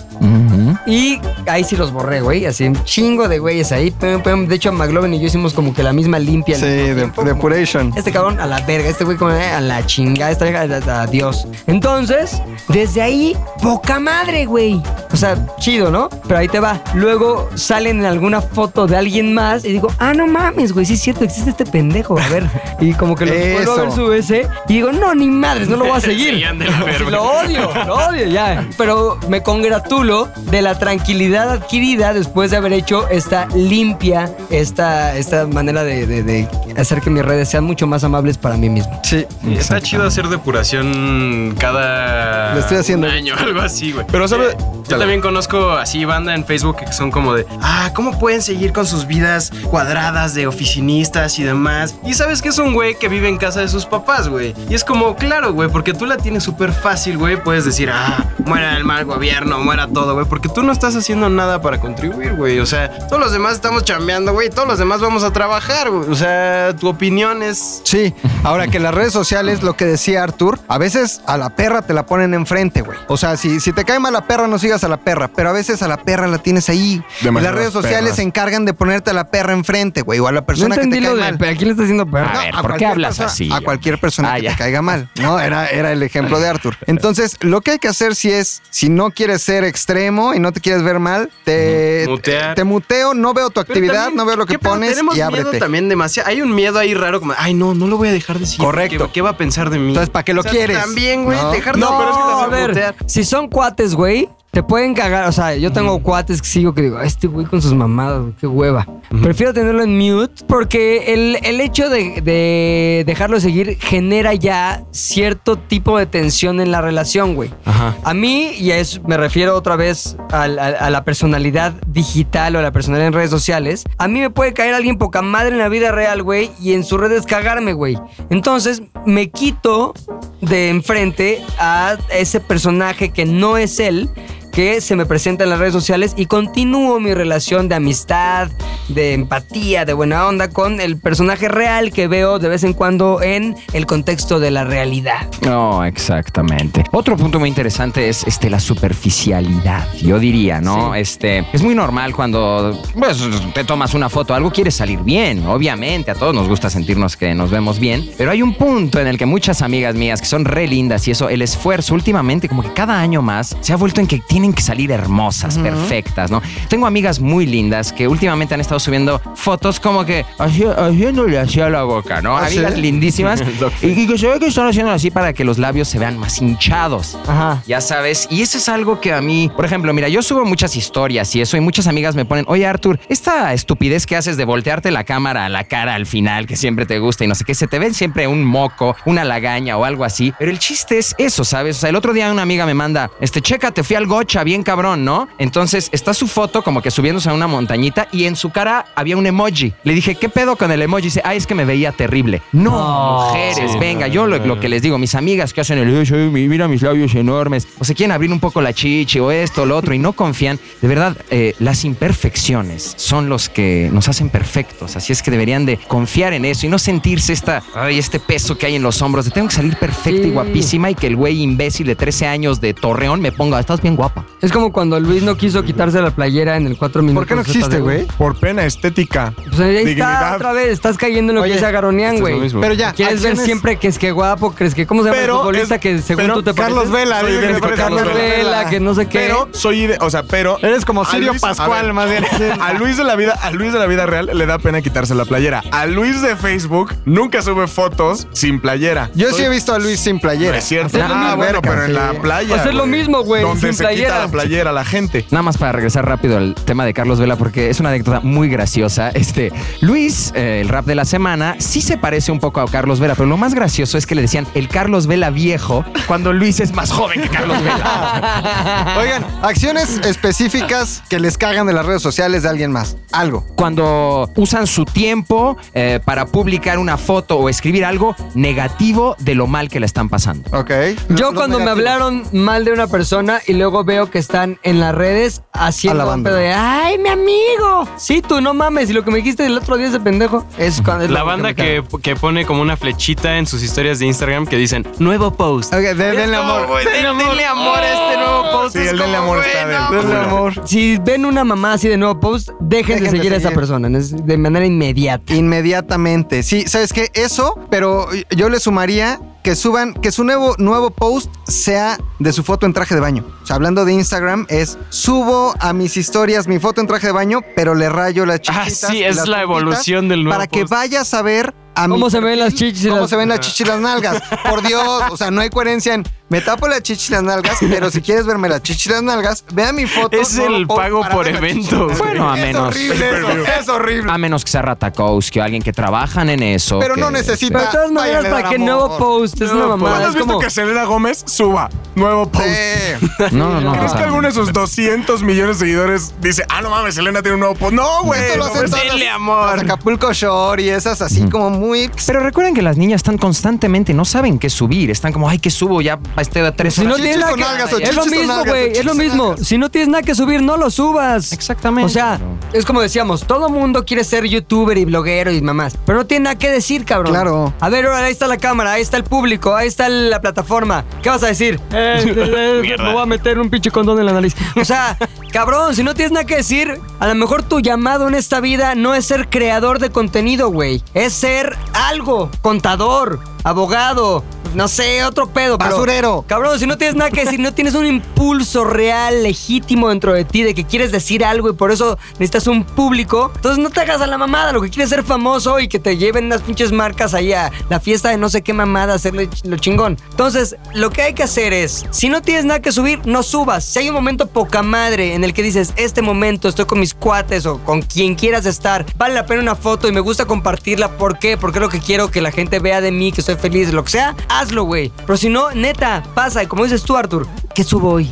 Y ahí sí los borré, güey. Así un chingo de güeyes ahí. Pum, pum. De hecho, McLovin y yo hicimos como que la misma limpia. al
Sí,
mismo
de-
tiempo, como-
depuration.
este cabrón a la verga, este güey como eh, a la chingada, esta vieja a- a- adiós. Entonces, desde ahí, poca madre, güey. O sea, chido, ¿no? Pero ahí te va. Luego salen en alguna foto de alguien más y digo, ah, no mames, güey, sí es cierto, existe este pendejo. A ver. Y como que lo vuelvo a ver
Eso.
su ese y digo, no, ni madres, no lo voy a seguir.
Sí, ándale, a ver,
Sí,
güey.
lo odio, lo odio ya. Pero me congratulo de la tranquilidad adquirida después de haber hecho esta limpia, esta, esta manera de, de- de hacer que mis redes sean mucho más amables para mí mismo.
Sí.
Está chido hacer depuración cada
Lo estoy haciendo.
un año, algo así, güey.
Pero, ¿sabe?
Eh, Yo también conozco así banda en Facebook que son como de, ah, ¿cómo pueden seguir con sus vidas cuadradas de oficinistas y demás? Y sabes que es un güey que vive en casa de sus papás, güey. Y es como, claro, güey, porque tú la tienes súper fácil, güey. Puedes decir, ah, muera el mal gobierno, muera todo, güey. Porque tú no estás haciendo nada para contribuir, güey. O sea, todos los demás estamos chambeando, güey. Todos los demás vamos a trabajar, güey. O sea, tu opinión es...
Sí, ahora que las redes sociales, lo que decía Arthur, a veces a la perra te la ponen enfrente, güey. O sea, si, si te cae mal la perra, no sigas a la perra, pero a veces a la perra la tienes ahí. Y las
Demasiadas
redes sociales
perras.
se encargan de ponerte a la perra enfrente, güey, o a la persona que te cae mal. Ah,
¿a quién le está diciendo perro?
A
No,
ver, ¿por qué
cualquier
hablas
persona-
así?
A cualquier persona
Ah,
que
ya.
te caiga mal. No, era, era el ejemplo de Arthur. Entonces, lo que hay que hacer si es, si no quieres ser extremo y no te quieres ver mal, te,
Ujú. Mutear.
te muteo, no veo tu
Pero
actividad,
también,
no veo lo que
¿qué pedo?
pones
Tenemos
y
miedo
ábrete.
también demasiado. Hay un miedo ahí raro como, ay, no, no lo voy a dejar decir.
Correcto.
¿Qué, qué va a pensar de mí?
Entonces, ¿para qué lo
O sea,
quieres?
También, güey,
No.
dejar de
No,
pero es que te
a
hacen
ver,
mutear.
si son cuates, güey, te pueden cagar. O sea, yo tengo cuates que sigo que digo, "Ay, este güey con sus mamadas, güey, qué hueva. Prefiero tenerlo en mute porque el, el hecho de, de dejarlo seguir genera ya cierto tipo de tensión en la relación, güey.
Ajá.
A mí, y a eso me refiero otra vez al- al- a, la personalidad digital o a la personalidad en redes sociales, a mí me puede caer alguien poca madre en la vida real, güey, y en sus redes cagarme, güey. Entonces, me quito de enfrente a ese personaje que no es él, que se me presenta en las redes sociales y continúo mi relación de amistad, de empatía, de buena onda con el personaje real que veo de vez en cuando en el contexto de la realidad.
No, exactamente. Otro punto muy interesante es este, la superficialidad, yo diría, ¿no?
Sí.
Este, es muy normal cuando pues, te tomas una foto, algo quiere salir bien, obviamente, a todos nos gusta sentirnos que nos vemos bien, pero hay un punto en el que muchas amigas mías que son re lindas y eso, el esfuerzo últimamente, como que cada año más, se ha vuelto en que tienen tienen que salir hermosas, perfectas, ¿no? Tengo amigas muy lindas que últimamente han estado subiendo fotos como que así- haciéndole así a la boca, ¿no?
¿Ah, sí?
amigas lindísimas y, y que se ve que están haciendo así para que los labios se vean más hinchados.
Ajá.
Ya sabes, y eso es algo que a mí, por ejemplo, mira, yo subo muchas historias y eso, y muchas amigas me ponen, oye Arthur, esta estupidez que haces de voltearte la cámara a la cara al final, que siempre te gusta y no sé qué, se te ven siempre un moco, una lagaña o algo así, pero el chiste es eso, ¿sabes? O sea, el otro día una amiga me manda, este, checa, te fui al gocha, bien cabrón, ¿no? Entonces está su foto como que subiéndose a una montañita y en su cara había un emoji. Le dije, ¿qué pedo con el emoji? Dice, ay, es que me veía terrible. No, mujeres,
Sí,
venga,
no,
yo
no,
lo,
no,
lo
no.
que les digo, mis amigas que hacen el, "Ay, ay, mi- mira mis labios enormes, o se quieren abrir un poco la chichi o esto, lo otro, y no confían. De verdad, eh, las imperfecciones son los que nos hacen perfectos, así es que deberían de confiar en eso y no sentirse esta, ay, este peso que hay en los hombros de tengo que salir perfecta y
Sí.
guapísima y que el güey imbécil de 13 años de Torreón me ponga, estás bien guapa.
Es como cuando Luis no quiso quitarse la playera en el 4 minutos.
¿Por qué no existe,
ZDU.
güey?
Por pena estética.
Pues ahí está
Dignidad.
otra vez, estás cayendo en lo
Oye,
que es agaronean,
esto este es lo
güey.
mismo.
Pero ya.
Quieres ver
acciones-
siempre que es que guapo, crees que cómo se llama el
Pero
futbolista
es-
que según
pero
tú te
Carlos
pareces?
Vela,
Soy
dime que
idéntico a
te parece
Carlos
Carlos
Vela,
Vela.
que no sé qué.
Pero soy ide- o sea, pero
Eres como
a
Sirio
a
Pascual, más bien.
A Luis de la vida, a Luis de la vida real le da pena quitarse la playera. A Luis de Facebook nunca sube fotos sin playera.
Yo sí he visto a Luis sin playera.
No es cierto.
Haciendo
Ah,
una verga,
bueno, pero en
sí.
la playa.
Pues es lo mismo, güey,
Donde
sin
se
playera.
quita la playera a la gente.
Nada más para regresar rápido al tema de Carlos Vela, porque es una anécdota muy graciosa. Este, Luis, eh, el rap de la semana, sí se parece un poco a Carlos Vela, pero lo más gracioso es que le decían el Carlos Vela viejo cuando Luis es más joven que Carlos Vela.
Oigan, acciones específicas que les cagan de las redes sociales de alguien más. Algo.
Cuando usan su tiempo eh, para publicar una foto o escribir algo negativo de lo mal que la están pasando.
Ok.
Yo
Los
cuando me
negativos.
hablaron mal de una persona y luego veo que están en las redes haciendo un
Alabándola.
pedo de ¡Ay, mi amigo! Sí, tú no mames. Y lo que me dijiste el otro día ese pendejo es cuando... es
La
lo
banda
me caga.
que, que pone como una flechita en sus historias de Instagram que dicen nuevo post.
Ok, de- denle amor.
Denle amor. Ah,
a este nuevo post.
Sí, el denle amor está del
Denle
culo.
amor.
Si ven una mamá así de nuevo post, dejen,
Dejen de
de seguir a esa
seguir.
persona es de manera inmediata.
Inmediatamente. Sí, ¿sabes qué? Eso, pero yo le sumaría que suban, que su nuevo, nuevo post sea de su foto en traje de baño. O sea, hablando de Instagram, es subo a mis historias mi foto en traje de baño, pero le rayo las
Ah,
chichitas.
sí,
y
es
las
la
pompitas
evolución del nuevo
Para que
post.
vayas a ver a mi
¿Cómo se ven las chichis y
¿Cómo
las-
se ven las chichis y las nalgas? Por Dios, o sea, no hay coherencia en me tapo las chichis y las nalgas, pero si quieres verme las chichis y las nalgas, vea mi foto.
Es
nuevo
el
post
pago
para
por
ver las chichis y
evento,
las
güey.
Bueno, a
nalgas.
menos.
Es horrible, eso, es horrible.
A menos que sea Ratakowski o alguien que trabajan en eso.
Pero
que- este,
no necesita-
Pero de todas
Ay,
maneras,
le
para
dan
que
amor.
nuevo post es una
Nuevo
¿Cuándo
mamada.
has
Es
visto
como...
que Selena Gómez suba nuevo post?
Sí.
No, no, no. o
¿Crees
sea,
que alguno de sus 200 millones de seguidores dice, ah, no mames, Selena tiene un nuevo post? No, güey.
Esto lo
no
hacen
mames.
todas las-
denle amor.
las Acapulco Shore y esas así como muy.
Pero recuerden que las niñas están constantemente, no saben qué subir. Están como, ay, ¿qué subo? Ya este de tres
Si no
horas".
tienes
Chichis
nada
o
que...
nalgas, o
es lo
chichis o
mismo,
nalgas, o
güey. Es lo
chichis o
mismo.
nalgas.
Si no tienes nada que subir, no lo subas.
Exactamente.
O sea, es como decíamos, todo mundo quiere ser youtuber y bloguero y mamás, pero no tiene nada que decir, cabrón.
Claro.
A ver, ahora ahí está la cámara, ahí está el público, ahí está la plataforma. ¿Qué vas a decir? Eh, eh, eh, me voy a meter un pinche condón en la nariz. O sea, cabrón, si no tienes nada que decir, a lo mejor tu llamado en esta vida no es ser creador de contenido, güey. Es ser algo, contador, abogado, no sé, otro pedo. pero-
Basurero.
Cabrón, si no tienes nada que decir, no tienes un impulso real, legítimo dentro de ti, de que quieres decir algo y por eso necesitas un público, entonces no te hagas a la mamada, lo que quieres es ser famoso y que te lleven unas pinches marcas ahí a la fiesta de no sé qué mamada, hacerle ch- lo chingón. Entonces, lo que hay que hacer es, si no tienes nada que subir, no subas. Si hay un momento poca madre en el que dices, este momento estoy con mis cuates o con quien quieras estar, vale la pena una foto y me gusta compartirla, ¿por qué? Porque es lo que quiero que la gente vea de mí, que estoy feliz, lo que sea, hazlo, güey. Pero si no, neta, pasa, y como dices tú, Arthur, ¿qué subo hoy?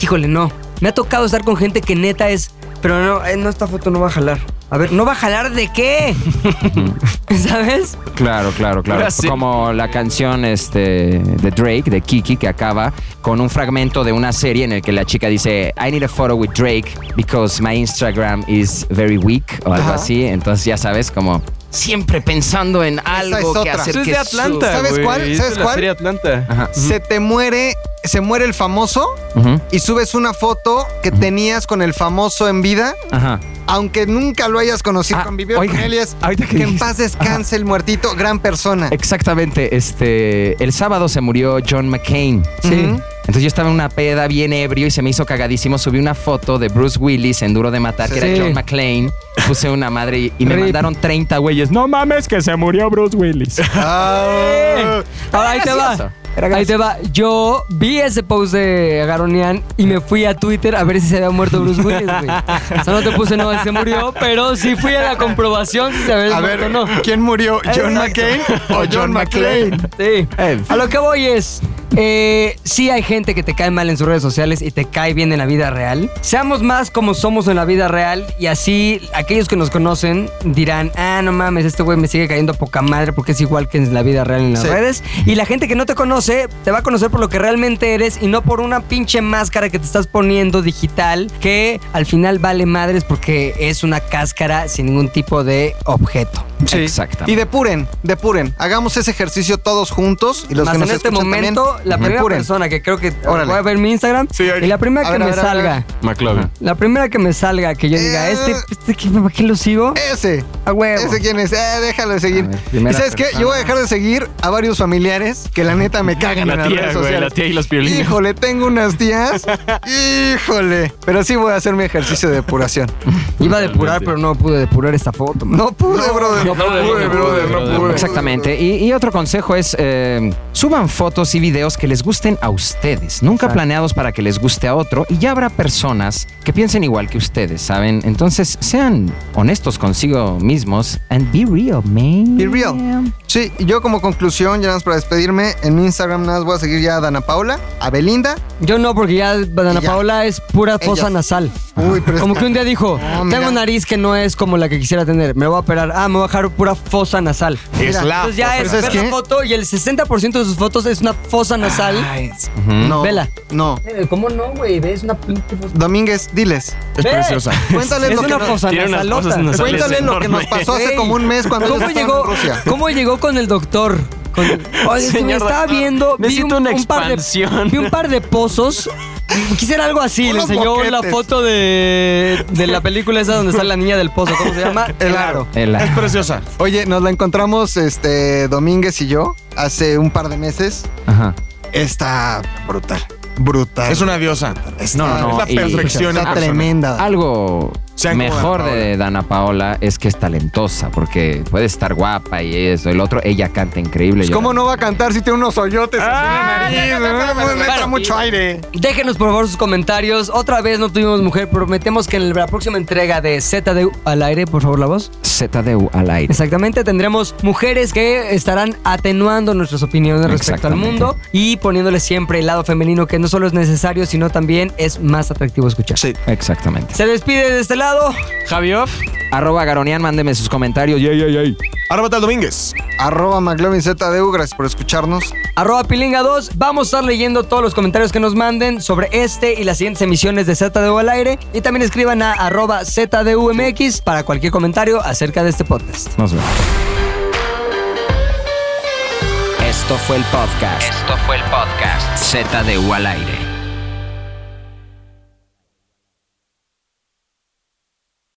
Híjole, no. Me ha tocado estar con gente que neta es, pero no, eh, no, esta foto no va a jalar. A ver, ¿no va a jalar de qué? ¿Sabes?
Claro, claro, claro.
Ahora sí.
Como la canción este, de Drake, de Kiki, que acaba con un fragmento de una serie en el que la chica dice, I need a photo with Drake because my Instagram is very weak o algo
Ajá.
así. Entonces ya sabes, como siempre pensando en algo
es
que
otra.
hacer
Eso es
que
de
su-
Atlanta.
¿Sabes
güey.
cuál?
Eso es
¿Sabes
la
cuál?
serie Atlanta.
Ajá.
Se te muere, se muere el famoso
Ujú.
y subes una foto que tenías con el famoso en vida,
Ajá.
aunque nunca lo hayas conocido,
Ah,
convivido
oiga,
con él y es
ahorita que
que en
dijiste-
paz descanse el muertito, gran persona.
Exactamente, este, el sábado se murió John McCain.
Sí.
Entonces yo estaba en una peda bien ebrio y se me hizo cagadísimo. Subí una foto de Bruce Willis en Duro de Matar, que
Sí.
era John McClane. Puse una madre y, y me
Rip.
mandaron 30 güeyes. No mames que se murió Bruce Willis.
Ah,
Ahora ahí te
gracioso.
va. Ahí te va. Yo vi ese post de Garonian y me fui a Twitter a ver si se había muerto Bruce Willis, güey. O sea, no te puse no, se murió, pero sí fui a la comprobación si se había
a
muerto
ver,
o no.
¿quién murió? ¿John McCain o John McClane?
Sí.
En
A lo que voy es. eh, sí hay gente que te cae mal en sus redes sociales y te cae bien en la vida real. Seamos más como somos en la vida real y así aquellos que nos conocen dirán, ah, no mames, este güey me sigue cayendo poca madre porque es igual que en la vida real en las
Sí.
redes. Y la gente que no te conoce te va a conocer por lo que realmente eres y no por una pinche máscara que te estás poniendo digital que al final vale madres porque es una cáscara sin ningún tipo de objeto.
Sí.
Exactamente.
Y depuren, depuren. Hagamos ese ejercicio todos juntos y los
Más
que nos
en este
escuchan también,
momento, la primera
depuren.
persona que creo que
Órale.
voy a ver mi Instagram
Sí, ahí.
y la primera
A
que
ver, a
me
ver, a ver.
salga,
McLovin.
la primera que me salga que yo diga,
Eh.
este, este ¿qué- ¿para qué lo sigo?
Ese.
A huevo.
¿Ese quién es? Eh, déjalo de
A
seguir.
ver,
¿Y
primera
sabes qué?
persona.
Yo voy a dejar de seguir a varios familiares que la neta me cagan en
La
las
tía,
redes
güey,
sociales.
la tía y los piolines.
Híjole, tengo unas tías. Híjole. Pero sí voy a hacer mi ejercicio de depuración.
Iba a depurar,
Totalmente.
pero no pude depurar esta foto. man.
No pude, brother.
no pude, brother, no pude.
Exactamente. Y, y otro consejo es, eh, suban fotos y videos que les gusten a ustedes, nunca planeados para que les guste a otro, y ya habrá personas que piensen igual que ustedes, ¿saben? Entonces, sean honestos consigo mismos and be real, man.
Be real. Sí, y yo como conclusión, ya nada más para despedirme, en mi Instagram nada más voy a seguir ya a Dana Paula, a Belinda.
Yo no, porque ya Dana
Y ya.
Paola es pura fosa
Ellas.
nasal.
Uy, pero es-
Como que un día dijo,
Ah, mira.
tengo nariz que no es como la que quisiera tener, me voy a operar, ah, me voy a dejar pura fosa nasal.
Es la.
Entonces ya es,
Ah, ¿Sabes
ver la
qué?
foto y el 60% de sus fotos es una fosa nasal.
No.
Vela.
No.
Eh, ¿Cómo no, güey? Es una pinche fosa.
Domínguez, diles.
Es
Ve.
preciosa.
Cuéntales
Es
lo que
una
nos-
fosa
Tiene unas
nasalota.
fosas nasales
Cuéntale lo que nos
enormes.
pasó hace
Ey,
como un mes cuando
¿Cómo
yo estaba
llegó,
en Rusia.
¿Cómo llegó con el doctor? Con, Oye, es que me
Señor
estaba
doctor,
viendo. vi
necesito una
par de-
expansión.
vi un par de pozos. Quisiera algo así. Le
Unos
enseñó la
boquetes.
foto de, de la película esa donde sale la niña del pozo. ¿Cómo se llama?
El aro.
El-
Es preciosa.
Oye, nos la encontramos este Domínguez y yo hace un par de meses.
Ajá.
Está brutal. Brutal.
Es una diosa.
Está-
No, no, no. Es
y-
la perfección. en
Está
persona.
tremenda.
Algo
Sean como
mejor
Dana
de Dana Paola es que es talentosa, porque puede estar guapa y eso, el otro, ella canta increíble.
Pues,
yo-
¿Cómo no va a cantar si tiene unos hoyotes
Ah.
Ah,
así en la nariz? ¿no? Le entra
Claro.
mucho aire.
Déjenos por favor sus comentarios. Otra vez no tuvimos mujer. Prometemos que en la próxima entrega de ZDU al aire, por favor, la voz.
ZDU al aire.
Exactamente, tendremos mujeres que estarán atenuando nuestras opiniones respecto al
Exactamente.
mundo y poniéndole siempre el lado femenino que no solo es necesario, sino también es más atractivo escuchar.
Sí.
Exactamente.
Se despide de este lado.
Javi Off.
Arroba Garonian, mándeme sus comentarios. Yay, yay, yay.
Arroba tal Domínguez.
Arroba McLovinZDU, gracias por escucharnos.
Arroba Pilinga 2. Vamos a estar leyendo todos los comentarios que nos manden sobre este y las siguientes emisiones de ZDU al aire. Y también escriban a arroba ZDUMX para cualquier comentario acerca de este podcast.
Nos vemos.
Esto fue el podcast ZDU al aire.